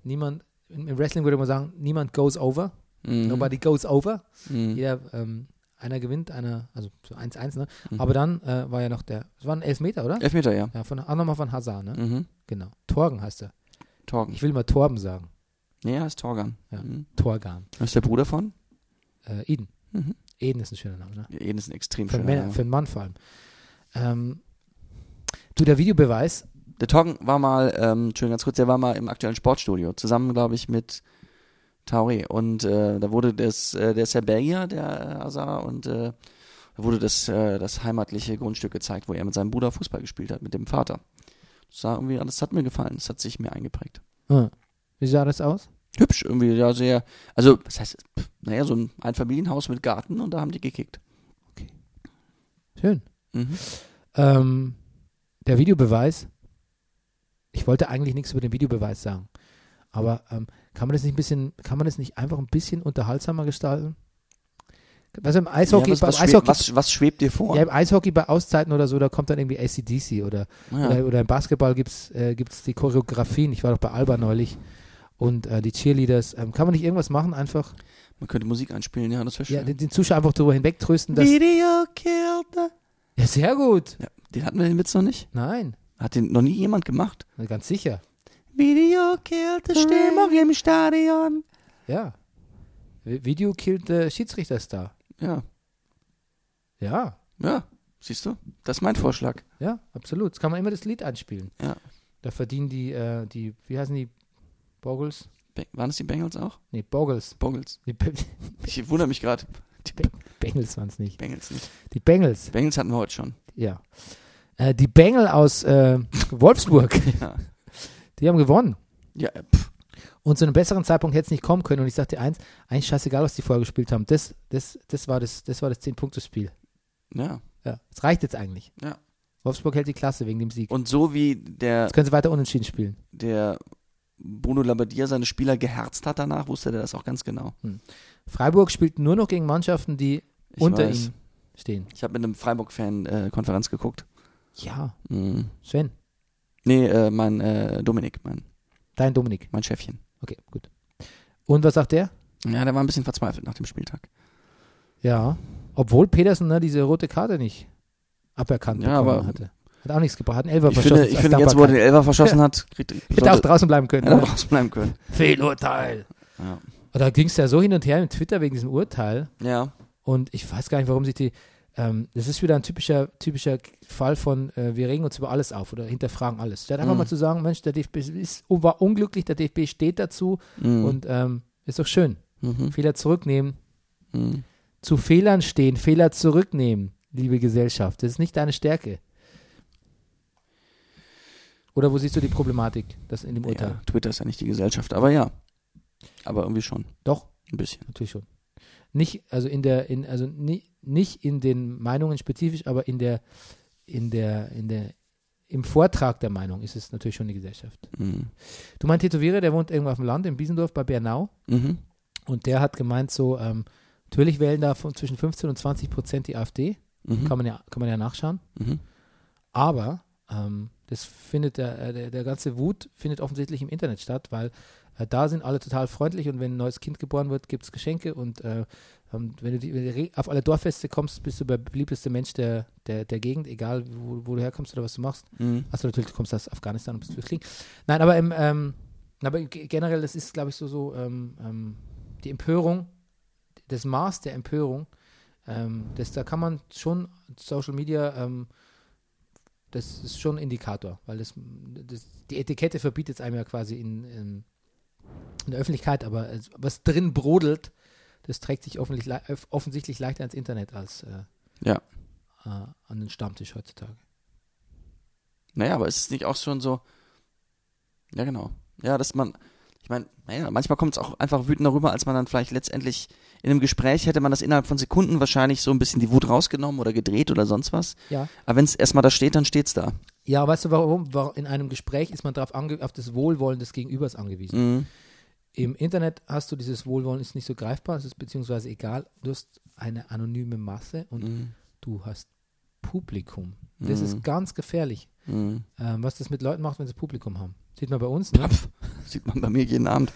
[SPEAKER 1] niemand, im im Wrestling würde man sagen, niemand goes over,
[SPEAKER 2] Mhm.
[SPEAKER 1] nobody goes over.
[SPEAKER 2] Mhm.
[SPEAKER 1] Jeder, ähm, einer gewinnt, einer, also so 1-1, ne? Aber dann äh, war ja noch der, es waren Elfmeter, oder?
[SPEAKER 2] Elfmeter, Hm. ja.
[SPEAKER 1] Ja, von, auch nochmal von Hazard, ne?
[SPEAKER 2] Mhm.
[SPEAKER 1] Genau. Torgen heißt er.
[SPEAKER 2] Torgen.
[SPEAKER 1] Ich will mal Torben sagen.
[SPEAKER 2] Nee, er ist Torgan.
[SPEAKER 1] Ja.
[SPEAKER 2] Mhm.
[SPEAKER 1] Torgan.
[SPEAKER 2] Das ist der Bruder von?
[SPEAKER 1] Äh, Eden.
[SPEAKER 2] Mhm.
[SPEAKER 1] Eden ist ein schöner Name, ne?
[SPEAKER 2] Ja, Eden ist ein extrem
[SPEAKER 1] Für, einen
[SPEAKER 2] schöner
[SPEAKER 1] Männer,
[SPEAKER 2] Name.
[SPEAKER 1] für einen Mann vor allem. Ähm, du, der Videobeweis,
[SPEAKER 2] Der Torgen war mal, ähm, Entschuldigung, ganz kurz, der war mal im aktuellen Sportstudio, zusammen, glaube ich, mit Tauri. Und äh, da wurde das, äh, der ist ja Belgier, der äh, Azar, und äh, da wurde das, äh, das heimatliche Grundstück gezeigt, wo er mit seinem Bruder Fußball gespielt hat, mit dem Vater. Das sah irgendwie, das hat mir gefallen, das hat sich mir eingeprägt.
[SPEAKER 1] äh, wie sah das aus?
[SPEAKER 2] Hübsch, irgendwie, ja, sehr, also, was heißt, pff, naja, so ein Einfamilienhaus mit Garten und da haben die gekickt.
[SPEAKER 1] Schön.
[SPEAKER 2] Mhm.
[SPEAKER 1] Ähm, der Videobeweis. Ich wollte eigentlich nichts über den Videobeweis sagen. Aber ähm, kann man das nicht ein bisschen, kann man das nicht einfach ein bisschen unterhaltsamer gestalten? Also im Eishockey,
[SPEAKER 2] ja, was,
[SPEAKER 1] beim
[SPEAKER 2] was, schwebt,
[SPEAKER 1] Eishockey,
[SPEAKER 2] was, was schwebt dir vor?
[SPEAKER 1] ja, im Eishockey bei Auszeiten oder so, da kommt dann irgendwie ACDC oder,
[SPEAKER 2] Ja.
[SPEAKER 1] oder, oder im Basketball gibt es äh, gibt's die Choreografien. Ich war doch bei Alba neulich und äh, die Cheerleaders. Ähm, kann man nicht irgendwas machen, einfach
[SPEAKER 2] Man könnte Musik einspielen, ja, das wäre
[SPEAKER 1] ja,
[SPEAKER 2] schön.
[SPEAKER 1] den, den Zuschauer einfach darüber hinwegtrösten? Dass,
[SPEAKER 2] Video killed the
[SPEAKER 1] ja, sehr gut.
[SPEAKER 2] Ja, den hatten wir den Witz noch nicht.
[SPEAKER 1] Nein,
[SPEAKER 2] Hat den noch nie jemand gemacht.
[SPEAKER 1] ganz sicher.
[SPEAKER 2] Video killed the Stimmung im Stadion.
[SPEAKER 1] Ja. Vi- Video killt äh, Schiedsrichterstar.
[SPEAKER 2] Ja,
[SPEAKER 1] Ja,
[SPEAKER 2] ja, siehst du? Das ist mein Vorschlag.
[SPEAKER 1] ja, absolut. Jetzt kann man immer das Lied anspielen.
[SPEAKER 2] Ja.
[SPEAKER 1] Da verdienen die, äh, die, wie heißen die? Bogles?
[SPEAKER 2] Ba- Waren es die Bengals auch?
[SPEAKER 1] Nee, Bogles.
[SPEAKER 2] Bengals.
[SPEAKER 1] Die Be
[SPEAKER 2] Ich wundere mich gerade. Die
[SPEAKER 1] Ba- Bengals waren es nicht.
[SPEAKER 2] Bengals nicht.
[SPEAKER 1] Die Bengals,
[SPEAKER 2] Bengals hatten wir heute schon.
[SPEAKER 1] ja. Äh, die Bengel aus äh, Wolfsburg,
[SPEAKER 2] Ja,
[SPEAKER 1] die haben gewonnen.
[SPEAKER 2] ja äh, pff.
[SPEAKER 1] Und zu einem besseren Zeitpunkt hätte es nicht kommen können. Und ich sagte eins, eigentlich scheißegal, was die vorher gespielt haben. Das, das, das war das, das war das 10-Punkte-Spiel.
[SPEAKER 2] ja.
[SPEAKER 1] Ja, das reicht jetzt eigentlich.
[SPEAKER 2] Ja.
[SPEAKER 1] Wolfsburg hält die Klasse wegen dem Sieg.
[SPEAKER 2] Und so wie der,
[SPEAKER 1] Jetzt können sie weiter unentschieden spielen.
[SPEAKER 2] der Bruno Labbadia seine Spieler geherzt hat danach, wusste der das auch ganz genau.
[SPEAKER 1] Freiburg spielt nur noch gegen Mannschaften, die
[SPEAKER 2] Ich
[SPEAKER 1] unter
[SPEAKER 2] weiß.
[SPEAKER 1] ihm stehen.
[SPEAKER 2] Ich habe mit einem Freiburg-Fan äh, Konferenz geguckt.
[SPEAKER 1] Ja,
[SPEAKER 2] Mhm.
[SPEAKER 1] Sven,
[SPEAKER 2] Nee, äh, mein äh, Dominik, mein,
[SPEAKER 1] dein Dominik.
[SPEAKER 2] mein Chefchen.
[SPEAKER 1] Okay, gut. Und was sagt der?
[SPEAKER 2] Ja, der war ein bisschen verzweifelt nach dem Spieltag.
[SPEAKER 1] Ja, obwohl Petersen ne, diese rote Karte nicht aberkannt
[SPEAKER 2] Ja,
[SPEAKER 1] bekommen
[SPEAKER 2] aber-
[SPEAKER 1] hatte. Hat auch nichts gebracht, hat einen Elfer
[SPEAKER 2] Ich
[SPEAKER 1] verschossen.
[SPEAKER 2] finde, ich finde jetzt, wo er den Elfer verschossen hat, kriegt
[SPEAKER 1] Hätte auch draußen bleiben können.
[SPEAKER 2] er
[SPEAKER 1] ne?
[SPEAKER 2] rausbleiben können.
[SPEAKER 1] Fehlurteil.
[SPEAKER 2] Ja.
[SPEAKER 1] Und da ging es ja so hin und her mit Twitter wegen diesem Urteil.
[SPEAKER 2] ja.
[SPEAKER 1] Und ich weiß gar nicht, warum sich die. Ähm, das ist wieder ein typischer, typischer Fall von, äh, wir regen uns über alles auf oder hinterfragen alles. Statt einfach
[SPEAKER 2] Mhm.
[SPEAKER 1] mal zu sagen, Mensch, der DFB ist, oh, war unglücklich, der DFB steht dazu
[SPEAKER 2] Mhm.
[SPEAKER 1] und ähm, ist doch schön.
[SPEAKER 2] mhm.
[SPEAKER 1] Fehler zurücknehmen, Zu Fehlern stehen, Fehler zurücknehmen, liebe Gesellschaft. Das ist nicht deine Stärke. Oder wo siehst du die Problematik, das in dem Urteil?
[SPEAKER 2] Ja, Twitter ist ja nicht die Gesellschaft, aber ja. Aber irgendwie schon,
[SPEAKER 1] Doch,
[SPEAKER 2] ein bisschen.
[SPEAKER 1] natürlich schon. Nicht, also in der, in, also ni, nicht in den Meinungen spezifisch, aber in der, in der, in der, im Vortrag der Meinung ist es natürlich schon die Gesellschaft.
[SPEAKER 2] Mhm.
[SPEAKER 1] Du, mein Tätowierer, der wohnt irgendwo auf dem Land, in Biesendorf bei Bernau.
[SPEAKER 2] Mhm.
[SPEAKER 1] Und der hat gemeint, so, ähm, natürlich wählen da von zwischen 15 und 20 Prozent die AfD.
[SPEAKER 2] Mhm.
[SPEAKER 1] Kann, man ja, kann man ja nachschauen.
[SPEAKER 2] Mhm.
[SPEAKER 1] Aber ähm, das findet der, äh, der, der ganze Wut findet offensichtlich im Internet statt, weil äh, da sind alle total freundlich und wenn ein neues Kind geboren wird, gibt es Geschenke und äh, ähm, wenn du, die, wenn du re- auf alle Dorffeste kommst, bist du der beliebteste Mensch der, der, der Gegend, egal wo, wo du herkommst oder was du machst.
[SPEAKER 2] Mhm.
[SPEAKER 1] Achso, natürlich, du kommst aus Afghanistan und bist Flüchtling. Nein, aber, im, ähm, aber ge- generell, das ist, glaube ich, so, so ähm, ähm, die Empörung, das Maß der Empörung, ähm, das, da kann man schon Social Media, ähm, das ist schon ein Indikator, weil das, das, die Etikette verbietet es einem ja quasi in, in, in der Öffentlichkeit, aber es- was drin brodelt, das trägt sich offensichtlich, offensichtlich leichter ins Internet als äh,
[SPEAKER 2] Ja.
[SPEAKER 1] äh, an den Stammtisch heutzutage.
[SPEAKER 2] Naja, aber ist es nicht auch schon so. Ja, genau. Ja, dass man. Ich meine, naja, manchmal kommt es auch einfach wütender rüber, als man dann vielleicht letztendlich in einem Gespräch hätte man das innerhalb von Sekunden wahrscheinlich so ein bisschen die Wut rausgenommen oder gedreht oder sonst was.
[SPEAKER 1] Ja.
[SPEAKER 2] Aber wenn es erstmal da steht, dann steht's da.
[SPEAKER 1] Ja, weißt du warum? Wa- In einem Gespräch ist man drauf ange auf das Wohlwollen des Gegenübers angewiesen.
[SPEAKER 2] Mhm.
[SPEAKER 1] Im Internet hast du dieses Wohlwollen, ist nicht so greifbar, es ist beziehungsweise egal. Du hast eine anonyme Masse und
[SPEAKER 2] Mhm.
[SPEAKER 1] du hast Publikum. Das
[SPEAKER 2] Mhm.
[SPEAKER 1] ist ganz gefährlich,
[SPEAKER 2] Mhm.
[SPEAKER 1] ähm, was das mit Leuten macht, wenn sie Publikum haben. Sieht man bei uns, ne?
[SPEAKER 2] Pff, sieht man bei mir jeden Abend.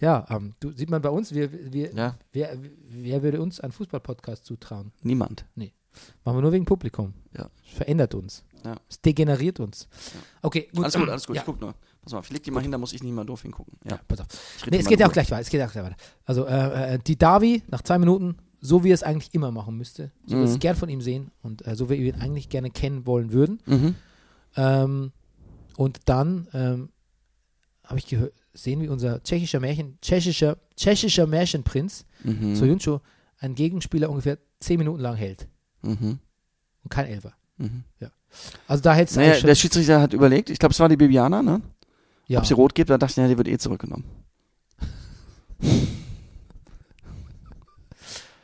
[SPEAKER 1] Ja, ähm, du, sieht man bei uns, wir, wir,
[SPEAKER 2] Ja.
[SPEAKER 1] wer, wer würde uns einen Fußballpodcast zutrauen?
[SPEAKER 2] Niemand.
[SPEAKER 1] Machen wir nur wegen Publikum.
[SPEAKER 2] Ja.
[SPEAKER 1] Es verändert uns.
[SPEAKER 2] Ja.
[SPEAKER 1] Es degeneriert uns. Okay, gut.
[SPEAKER 2] Alles gut, alles gut.
[SPEAKER 1] Ja.
[SPEAKER 2] Ich guck nur. Pass mal, flieg die mal hin, da muss ich nicht mal doof hingucken. Ja.
[SPEAKER 1] Pass auf.
[SPEAKER 2] Ich red
[SPEAKER 1] Nee,
[SPEAKER 2] dir
[SPEAKER 1] es
[SPEAKER 2] mal
[SPEAKER 1] geht ja
[SPEAKER 2] in
[SPEAKER 1] auch gleich weiter. Es geht ja auch gleich weiter. Also äh, äh, die Davi nach zwei Minuten, so wie er es eigentlich immer machen müsste, so wie wir es
[SPEAKER 2] Mhm.
[SPEAKER 1] gern von ihm sehen und äh, so wie wir ihn eigentlich gerne kennen wollen würden.
[SPEAKER 2] Ruhe. Mhm.
[SPEAKER 1] Ähm, und dann ähm, habe ich gehört, sehen wie unser tschechischer Märchen, tschechischer, tschechischer Märchenprinz
[SPEAKER 2] Mhm.
[SPEAKER 1] Soyuncu einen Gegenspieler ungefähr zehn Minuten lang hält
[SPEAKER 2] Mhm.
[SPEAKER 1] und kein Elfer.
[SPEAKER 2] Mhm.
[SPEAKER 1] Also da hält es
[SPEAKER 2] Naja, der
[SPEAKER 1] eigentlich schon.
[SPEAKER 2] Schiedsrichter hat überlegt, ich glaube, es war die Bibiana, ne?
[SPEAKER 1] Ja.
[SPEAKER 2] Ob sie rot gibt, dann dachte ich, ja, die wird eh zurückgenommen.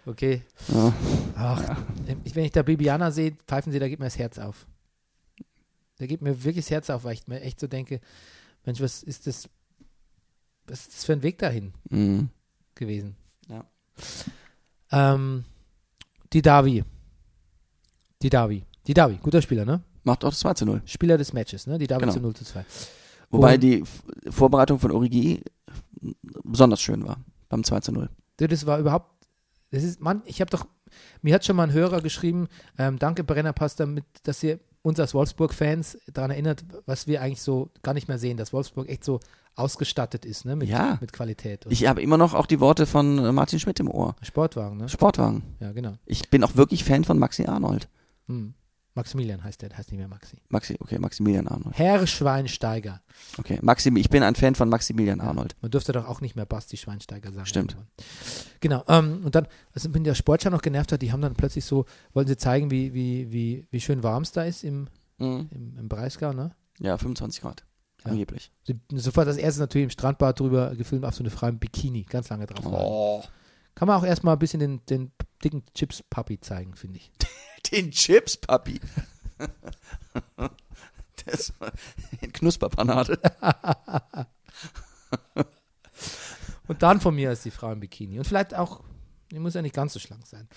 [SPEAKER 1] Okay.
[SPEAKER 2] Ja.
[SPEAKER 1] Ach, ich, wenn ich da Bibiana sehe, pfeifen sie, da geht mir das Herz auf. Da geht mir wirklich das Herz auf, weil ich mir echt so denke, Mensch, was ist das, was ist das für ein Weg dahin
[SPEAKER 2] Mhm.
[SPEAKER 1] gewesen?
[SPEAKER 2] Ja.
[SPEAKER 1] Ähm, die Davi. Die Davi. Die Davi, guter Spieler, ne?
[SPEAKER 2] Macht auch das 2 zu 0.
[SPEAKER 1] Spieler des Matches, ne? Die Davi
[SPEAKER 2] Genau.
[SPEAKER 1] zu 0 zu 2.
[SPEAKER 2] Wobei
[SPEAKER 1] Und-
[SPEAKER 2] die F- Vorbereitung von Origi besonders schön war beim 2 zu 0.
[SPEAKER 1] Du, das war überhaupt. Das ist, Mann, ich habe doch. Mir hat schon mal ein Hörer geschrieben, ähm, danke Brennerpass, damit, dass ihr uns als Wolfsburg-Fans daran erinnert, was wir eigentlich so gar nicht mehr sehen, dass Wolfsburg echt so ausgestattet ist, ne? Mit,
[SPEAKER 2] Ja.
[SPEAKER 1] mit Qualität und
[SPEAKER 2] Ich habe immer noch auch die Worte von äh, Martin Schmidt im Ohr.
[SPEAKER 1] Sportwagen, ne?
[SPEAKER 2] Sportwagen.
[SPEAKER 1] Ja, genau.
[SPEAKER 2] Ich bin auch wirklich Fan von Maxi Arnold.
[SPEAKER 1] Hm. Maximilian heißt der, der heißt nicht mehr Maxi.
[SPEAKER 2] Maxi, okay, Maximilian Arnold.
[SPEAKER 1] Herr Schweinsteiger.
[SPEAKER 2] Okay, Maxi, ich bin ein Fan von Maximilian Arnold.
[SPEAKER 1] Man dürfte doch auch nicht mehr Basti Schweinsteiger sagen.
[SPEAKER 2] Stimmt.
[SPEAKER 1] Genau. Ähm, und dann, also bin der Sportschau noch genervt hat, die haben dann plötzlich so, wollen sie zeigen, wie, wie, wie, wie schön warm es da ist im,
[SPEAKER 2] Mhm.
[SPEAKER 1] im, im Breisgau, ne?
[SPEAKER 2] Ja, 25 Grad.
[SPEAKER 1] Ja.
[SPEAKER 2] Angeblich.
[SPEAKER 1] Sie- Sofort das erste natürlich im Strandbad drüber gefilmt, auf so eine Frau im Bikini, ganz lange drauf.
[SPEAKER 2] Oh.
[SPEAKER 1] Kann man auch erstmal ein bisschen den, den dicken Chips-Papi zeigen, finde ich.
[SPEAKER 2] Den Chips, Papi. das war in Knusperpanade.
[SPEAKER 1] Und dann von mir ist die Frau im Bikini. Und vielleicht auch, die muss ja nicht ganz so schlank sein.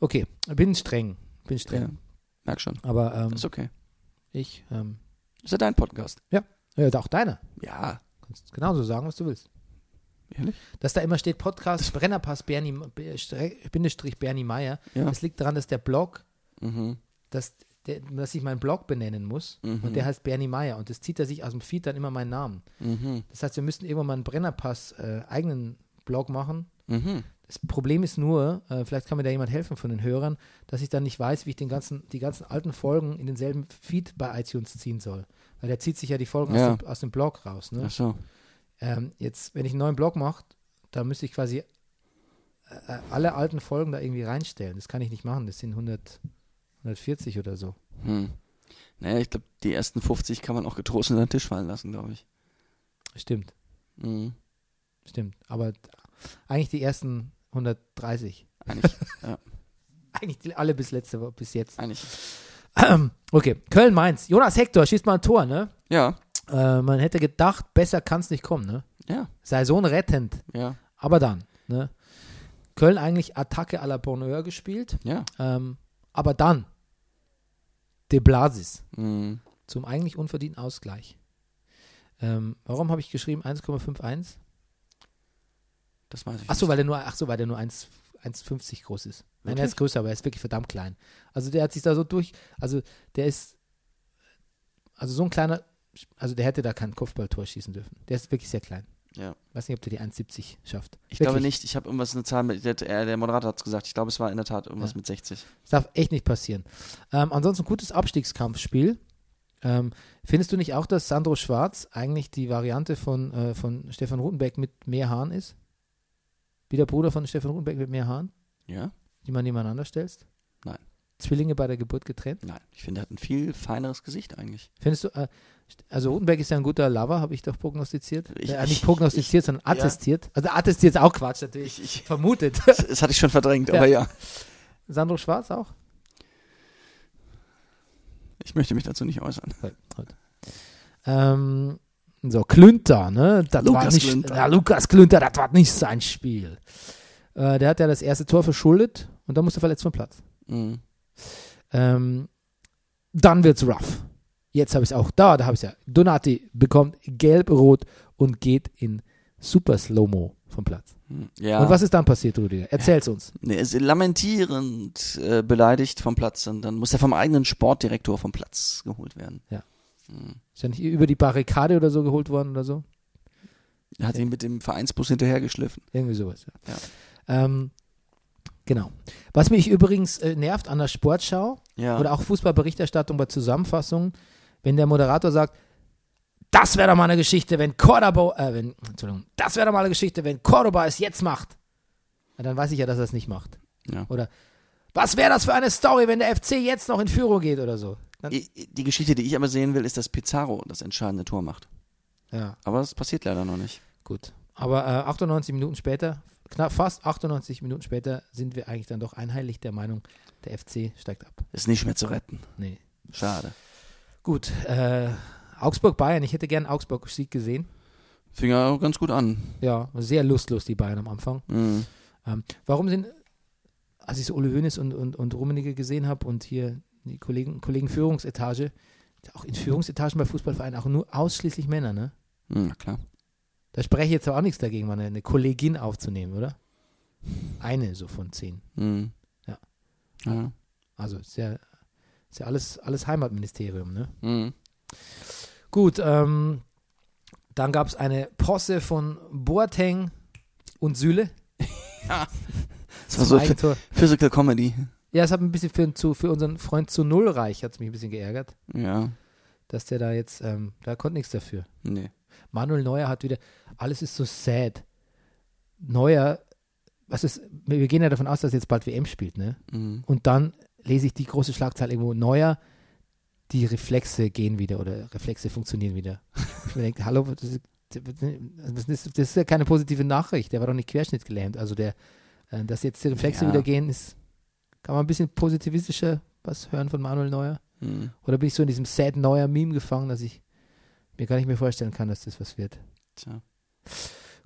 [SPEAKER 1] Okay, bin streng, bin streng.
[SPEAKER 2] Ja. Merk schon.
[SPEAKER 1] Aber ähm,
[SPEAKER 2] Ist okay.
[SPEAKER 1] ich, ähm,
[SPEAKER 2] Ist ja dein Podcast.
[SPEAKER 1] ja, auch deiner.
[SPEAKER 2] Ja.
[SPEAKER 1] Kannst genauso sagen, was du willst.
[SPEAKER 2] Ehrlich?
[SPEAKER 1] Dass da immer steht Podcast Brennerpass Bernie, Be- Stre- Bindestrich Bernie Meier.
[SPEAKER 2] Ja.
[SPEAKER 1] Das liegt daran, dass der Blog
[SPEAKER 2] Mhm.
[SPEAKER 1] dass, der, dass ich meinen Blog benennen muss und der heißt Bernie Meyer und das zieht er sich aus dem Feed dann immer meinen Namen.
[SPEAKER 2] Mhm.
[SPEAKER 1] Das heißt, wir müssten irgendwann mal einen Brennerpass äh, eigenen Blog machen.
[SPEAKER 2] Mhm.
[SPEAKER 1] Das Problem ist nur, äh, vielleicht kann mir da jemand helfen von den Hörern, dass ich dann nicht weiß, wie ich den ganzen, die ganzen alten Folgen in denselben Feed bei iTunes ziehen soll. Weil der zieht sich ja die Folgen
[SPEAKER 2] Ja.
[SPEAKER 1] aus, dem, aus dem Blog raus. Ne?
[SPEAKER 2] Ach so.
[SPEAKER 1] Ähm, jetzt, wenn ich einen neuen Blog mache, da müsste ich quasi äh, alle alten Folgen da irgendwie reinstellen. Das kann ich nicht machen. Das sind 100, 140 oder so.
[SPEAKER 2] Hm. Naja, ich glaube, die ersten 50 kann man auch getrost unter den Tisch fallen lassen, glaube ich.
[SPEAKER 1] Stimmt,
[SPEAKER 2] Mhm.
[SPEAKER 1] stimmt. Aber d- eigentlich die ersten 130.
[SPEAKER 2] Eigentlich, ja,
[SPEAKER 1] Eigentlich die, alle bis letzte Wo- bis jetzt.
[SPEAKER 2] eigentlich.
[SPEAKER 1] Okay, Köln-Mainz. Jonas Hector schießt mal ein Tor, ne?
[SPEAKER 2] Ja,
[SPEAKER 1] Äh, man hätte gedacht, besser kann es nicht kommen, ne?
[SPEAKER 2] ja,
[SPEAKER 1] Saisonrettend.
[SPEAKER 2] ja,
[SPEAKER 1] Aber dann, ne? Köln eigentlich Attacke à la Bonheur gespielt.
[SPEAKER 2] ja.
[SPEAKER 1] Ähm, aber dann De Blasis
[SPEAKER 2] Mhm.
[SPEAKER 1] zum eigentlich unverdienten Ausgleich. Ähm, warum habe ich geschrieben 1,51?
[SPEAKER 2] Das weiß ich
[SPEAKER 1] Achso,
[SPEAKER 2] nicht.
[SPEAKER 1] weil der nur, ach so, weil der nur 1 1,50 groß ist. Nein, er ist größer, aber er ist wirklich verdammt klein. Also der hat sich da so durch, also der ist, also so ein kleiner, also der hätte da kein Kopfballtor schießen dürfen. Der ist wirklich sehr klein.
[SPEAKER 2] Ja.
[SPEAKER 1] Weiß nicht, ob der die 1,70 schafft. Wirklich.
[SPEAKER 2] Ich glaube nicht, ich habe irgendwas eine Zahl mit, der, äh, der Moderator hat es gesagt, ich glaube, es war in der Tat irgendwas
[SPEAKER 1] Ja.
[SPEAKER 2] mit 60.
[SPEAKER 1] Das darf echt nicht passieren. Ähm, ansonsten gutes Abstiegskampfspiel. Ähm, findest du nicht auch, dass Sandro Schwarz eigentlich die Variante von, äh, von Stefan Rutenbeck mit mehr Haaren ist? Wie der Bruder von Stefan Rutenbeck mit mehr Haaren,
[SPEAKER 2] Ja?
[SPEAKER 1] die man nebeneinander stellst?
[SPEAKER 2] Nein.
[SPEAKER 1] Zwillinge bei der Geburt getrennt?
[SPEAKER 2] Nein, ich finde, er hat ein viel feineres Gesicht eigentlich.
[SPEAKER 1] Findest du, äh, st- also Rutenbeck ist ja ein guter Lover, habe ich doch prognostiziert.
[SPEAKER 2] Ich-
[SPEAKER 1] äh,
[SPEAKER 2] ich-
[SPEAKER 1] nicht prognostiziert, sondern attestiert. Also attestiert ist auch Quatsch natürlich.
[SPEAKER 2] Ich, ich,
[SPEAKER 1] Vermutet.
[SPEAKER 2] das, das hatte ich schon verdrängt, aber ja.
[SPEAKER 1] Sandro Schwarz auch?
[SPEAKER 2] Ich möchte mich dazu nicht äußern.
[SPEAKER 1] Halt, halt. Ähm, so, Klünter, ne? Das war
[SPEAKER 2] Lukas
[SPEAKER 1] nicht,
[SPEAKER 2] Klünter.
[SPEAKER 1] Ja, Lukas Klünter, das war nicht sein Spiel. Äh, der hat ja das erste Tor verschuldet und dann musste er verletzt vom Platz.
[SPEAKER 2] Mhm.
[SPEAKER 1] Ähm, dann wird's rough. Jetzt habe ich es auch da, da habe ich ja. Donati bekommt gelb-rot und geht in Super Slow-Mo vom Platz.
[SPEAKER 2] Mhm. Ja.
[SPEAKER 1] Und was ist dann passiert, Rüdiger? Erzähl's uns.
[SPEAKER 2] Nee, er ist lamentierend äh, beleidigt vom Platz und dann muss er vom eigenen Sportdirektor vom Platz geholt werden.
[SPEAKER 1] Ist er nicht über die Barrikade oder so geholt worden oder so?
[SPEAKER 2] Er hat ihn mit dem Vereinsbus hinterhergeschliffen.
[SPEAKER 1] Irgendwie sowas, ja.
[SPEAKER 2] Ja.
[SPEAKER 1] Ähm, genau. Was mich übrigens äh, nervt an der Sportschau
[SPEAKER 2] Ja.
[SPEAKER 1] oder auch Fußballberichterstattung bei Zusammenfassungen, wenn der Moderator sagt, das wäre doch mal eine Geschichte, wenn Cordoba, äh, wenn, Entschuldigung, das wäre doch mal eine Geschichte, wenn Cordoba es jetzt macht. Na, dann weiß ich ja, dass er es nicht macht.
[SPEAKER 2] Ja.
[SPEAKER 1] Oder was wäre das für eine Story, wenn der FC jetzt noch in Führung geht oder so? Dann,
[SPEAKER 2] I- Die Geschichte, die ich aber sehen will, ist, dass Pizarro das entscheidende Tor macht.
[SPEAKER 1] ja.
[SPEAKER 2] Aber das passiert leider noch nicht.
[SPEAKER 1] Gut. Aber äh, 98 Minuten später, knapp fast 98 Minuten später, sind wir eigentlich dann doch einheitlich der Meinung, der FC steigt ab.
[SPEAKER 2] Ist nicht mehr zu retten.
[SPEAKER 1] Nee.
[SPEAKER 2] Schade.
[SPEAKER 1] Gut. Äh, Augsburg-Bayern. Ich hätte gern Augsburg-Sieg gesehen.
[SPEAKER 2] Fing ja auch ganz gut an.
[SPEAKER 1] Ja, sehr lustlos, die Bayern am Anfang.
[SPEAKER 2] Mhm.
[SPEAKER 1] Ähm, warum sind, als ich so Ole Hoeneß und, und, und Rummenigge gesehen habe und hier die Kollegen, Kollegen Führungsetage, auch in Führungsetagen bei Fußballvereinen, auch nur ausschließlich Männer, ne?
[SPEAKER 2] Mhm, na klar.
[SPEAKER 1] Da spreche ich jetzt aber auch nichts dagegen, mal eine, eine Kollegin aufzunehmen, oder? Eine so von zehn.
[SPEAKER 2] Mhm.
[SPEAKER 1] Ja.
[SPEAKER 2] ja.
[SPEAKER 1] Also ist ja, ist ja alles, alles Heimatministerium, ne?
[SPEAKER 2] Mhm.
[SPEAKER 1] Gut, ähm, dann gab es eine Posse von Boateng und Süle.
[SPEAKER 2] Das war so Ph-
[SPEAKER 1] Eigentor.
[SPEAKER 2] Physical Comedy.
[SPEAKER 1] Ja, es hat mich ein bisschen für, zu, für unseren Freund zu Null reich, hat es mich ein bisschen geärgert,
[SPEAKER 2] Ja.
[SPEAKER 1] dass der da jetzt, ähm, da konnte nichts dafür.
[SPEAKER 2] Nee.
[SPEAKER 1] Manuel Neuer hat wieder, alles ist so sad. Neuer, was ist, wir gehen ja davon aus, dass er jetzt bald WM spielt, ne?
[SPEAKER 2] Mhm.
[SPEAKER 1] Und dann lese ich die große Schlagzeile irgendwo neuer, die Reflexe gehen wieder oder Reflexe funktionieren wieder. Ich mir denke, hallo, das ist, das, ist, das ist ja keine positive Nachricht. Der war doch nicht querschnittgelähmt. Also der, äh, dass jetzt die Reflexe
[SPEAKER 2] Ja.
[SPEAKER 1] wieder gehen, ist, kann man ein bisschen positivistischer was hören von Manuel Neuer?
[SPEAKER 2] Mhm.
[SPEAKER 1] Oder bin ich so in diesem sad Neuer Meme gefangen, dass ich mir gar nicht mehr vorstellen kann, dass das was wird?
[SPEAKER 2] Tja.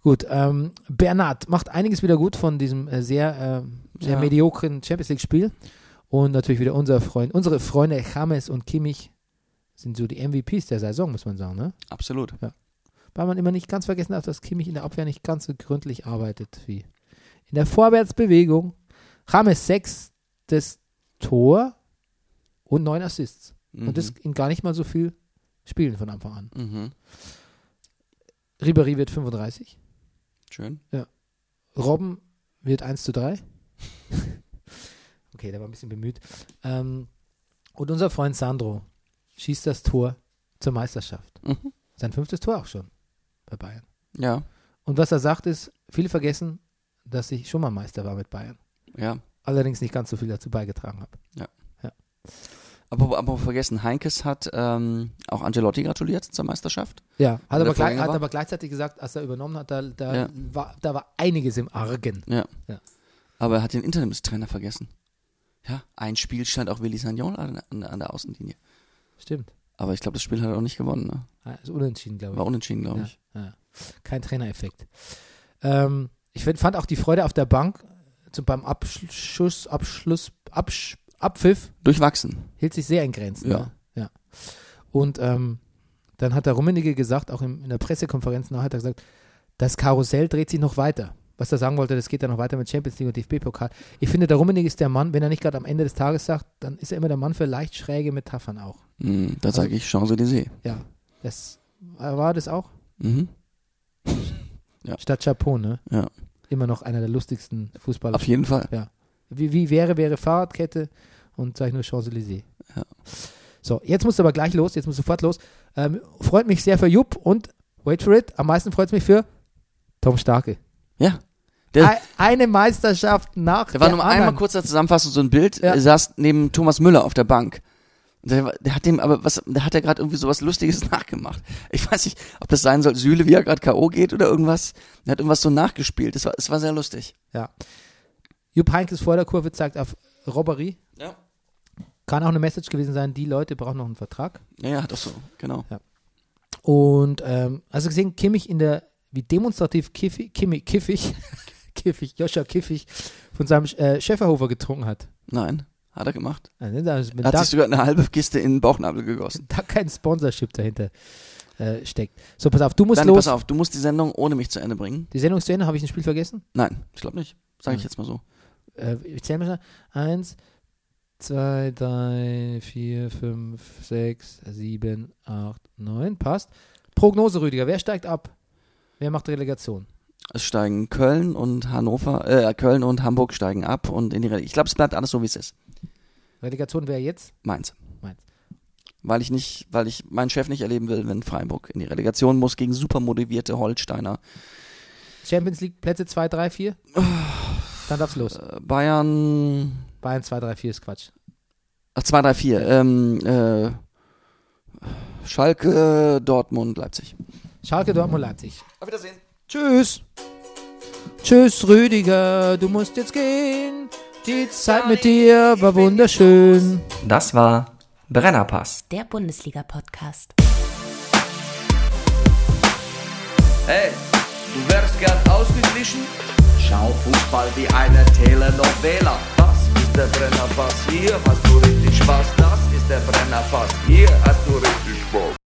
[SPEAKER 1] Gut, ähm, Bernard macht einiges wieder gut von diesem äh, sehr, äh, sehr
[SPEAKER 2] Ja.
[SPEAKER 1] mediokren Champions League-Spiel. Und natürlich wieder unser Freund, unsere Freunde James und Kimmich sind so die MVPs der Saison, muss man sagen, ne?
[SPEAKER 2] Absolut.
[SPEAKER 1] Weil man immer nicht ganz vergessen darf, dass Kimmich in der Abwehr nicht ganz so gründlich arbeitet wie in der Vorwärtsbewegung. James 6, das Tor und 9 Assists.
[SPEAKER 2] Mhm.
[SPEAKER 1] Und das in gar nicht mal so viel Spielen von Anfang an.
[SPEAKER 2] mhm.
[SPEAKER 1] Ribéry wird 35.
[SPEAKER 2] Schön.
[SPEAKER 1] Robben wird 1 zu 3. okay, der war ein bisschen bemüht. Ähm, und unser Freund Sandro schießt das Tor zur Meisterschaft.
[SPEAKER 2] Mhm.
[SPEAKER 1] Sein fünftes Tor auch schon bei Bayern.
[SPEAKER 2] Ja.
[SPEAKER 1] Und was er sagt ist, viele vergessen, dass ich schon mal Meister war mit Bayern.
[SPEAKER 2] Ja.
[SPEAKER 1] Allerdings nicht ganz so viel dazu beigetragen habe.
[SPEAKER 2] Aber, aber vergessen, Heinkes hat ähm, auch Angelotti gratuliert zur Meisterschaft.
[SPEAKER 1] Ja, hat
[SPEAKER 2] der
[SPEAKER 1] aber, gleich,
[SPEAKER 2] Vorgänger
[SPEAKER 1] hat
[SPEAKER 2] war?
[SPEAKER 1] aber gleichzeitig gesagt, als er übernommen hat, da, da,
[SPEAKER 2] Ja.
[SPEAKER 1] war, da war einiges im Argen.
[SPEAKER 2] Ja.
[SPEAKER 1] Ja.
[SPEAKER 2] Aber er hat den Interimstrainer vergessen. Ja, ein Spiel stand auch Willi Sagnon an, an, an der Außenlinie.
[SPEAKER 1] Stimmt.
[SPEAKER 2] Aber ich glaube, das Spiel hat er auch nicht gewonnen. Ne?
[SPEAKER 1] Also unentschieden, glaube ich.
[SPEAKER 2] War unentschieden, glaube ich.
[SPEAKER 1] Ja, ja. Kein Trainereffekt. Ähm, ich find, fand auch die Freude auf der Bank zum, beim Abschluss, Abschluss, Absch, Abpfiff
[SPEAKER 2] Durchwachsen.
[SPEAKER 1] hielt sich sehr in Grenzen.
[SPEAKER 2] Ja.
[SPEAKER 1] Ne? ja. Und ähm, dann hat der Rummenigge gesagt, auch im, in der Pressekonferenz nachher, hat er gesagt, das Karussell dreht sich noch weiter. Was er sagen wollte, das geht dann noch weiter mit Champions League und DFB-Pokal. Ich finde, der Rummenigge ist der Mann, wenn er nicht gerade am Ende des Tages sagt, dann ist er immer der Mann für leicht schräge Metaphern auch.
[SPEAKER 2] Mhm, da
[SPEAKER 1] Also
[SPEAKER 2] sage ich Chance élysées
[SPEAKER 1] Ja, das war das auch.
[SPEAKER 2] mhm.
[SPEAKER 1] Statt Chapeau, ne?
[SPEAKER 2] Ja.
[SPEAKER 1] Immer noch einer der lustigsten Fußballer.
[SPEAKER 2] Auf jeden Fall.
[SPEAKER 1] Wie, wie wäre, wäre Fahrradkette und sag ich nur Champs-Élysées.
[SPEAKER 2] Ja.
[SPEAKER 1] So, jetzt musst du aber gleich los, jetzt musst du sofort los. Ähm, freut mich sehr für Jupp und, wait for it, am meisten freut es mich für Tom Starke.
[SPEAKER 2] Ja. Der-
[SPEAKER 1] Ei- Eine Meisterschaft nach
[SPEAKER 2] Da war
[SPEAKER 1] der
[SPEAKER 2] nur
[SPEAKER 1] anderen.
[SPEAKER 2] einmal kurz da zusammenfassend so ein Bild,
[SPEAKER 1] Ja.
[SPEAKER 2] er saß neben Thomas Müller auf der Bank. Und Der, war- der hat dem aber was, der hat ja gerade irgendwie sowas Lustiges nachgemacht. Ich weiß nicht, ob das sein soll, Süle, wie er gerade K.O. geht oder irgendwas. Der hat irgendwas so nachgespielt. Das war, es war sehr lustig.
[SPEAKER 1] Jupp Heinkes vor der Kurve zeigt auf Robbery.
[SPEAKER 2] Ja.
[SPEAKER 1] Kann auch eine Message gewesen sein, die Leute brauchen noch einen Vertrag.
[SPEAKER 2] Ja, ja, doch so, genau.
[SPEAKER 1] Und ähm, also gesehen, Kimmich in der, wie demonstrativ Kiffi, Kimi, Kiffig, Kiffig, Joscha Kiffig von seinem äh, Schäferhofer getrunken hat.
[SPEAKER 2] Nein, hat er gemacht.
[SPEAKER 1] Also, da ist mit
[SPEAKER 2] Er hat
[SPEAKER 1] Dank-
[SPEAKER 2] sich sogar eine halbe Kiste in den Bauchnabel gegossen.
[SPEAKER 1] da kein Sponsorship dahinter äh, steckt. So, pass auf, du musst
[SPEAKER 2] Dann
[SPEAKER 1] los.
[SPEAKER 2] pass auf, du musst die Sendung ohne mich zu Ende bringen.
[SPEAKER 1] Die Sendung ist zu Ende, habe ich ein Spiel vergessen?
[SPEAKER 2] Nein, ich glaube nicht. Sage ich
[SPEAKER 1] Hm.
[SPEAKER 2] jetzt mal so.
[SPEAKER 1] Äh, ich zähle mal schnell. Eins, zwei, drei, vier, fünf, sechs, sieben, acht, neun. Passt. Prognose, Rüdiger. Wer steigt ab? Wer macht Relegation?
[SPEAKER 2] Es steigen Köln und Hannover, äh, Köln und Hamburg steigen ab und in die Rede. Ich glaube, es bleibt alles so, wie es ist.
[SPEAKER 1] Relegation wäre jetzt?
[SPEAKER 2] Mainz.
[SPEAKER 1] Mainz.
[SPEAKER 2] Weil ich nicht, weil ich meinen Chef nicht erleben will, wenn Freiburg in die Relegation muss gegen super motivierte Holsteiner.
[SPEAKER 1] Champions League Plätze 2, 3, 4? Dann darf's los.
[SPEAKER 2] Äh, Bayern,
[SPEAKER 1] Bayern 2, 3, 4 ist Quatsch.
[SPEAKER 2] ach, 2, 3, 4, ähm, äh, Schalke, Dortmund, Leipzig.
[SPEAKER 1] Schalke, Dortmund, Leipzig.
[SPEAKER 2] Auf Wiedersehen.
[SPEAKER 1] Tschüss. Tschüss, Rüdiger, du musst jetzt gehen. Die Zeit mit dir war wunderschön.
[SPEAKER 3] Das war Brennerpass.
[SPEAKER 4] Der Bundesliga-Podcast.
[SPEAKER 5] Hey, du wärst gern ausgeglichen? Schau Fußball wie eine Telenovela. Das ist der Brennerpass, hier hast du richtig Spaß. Das ist der Brennerpass, hier hast du richtig Spaß.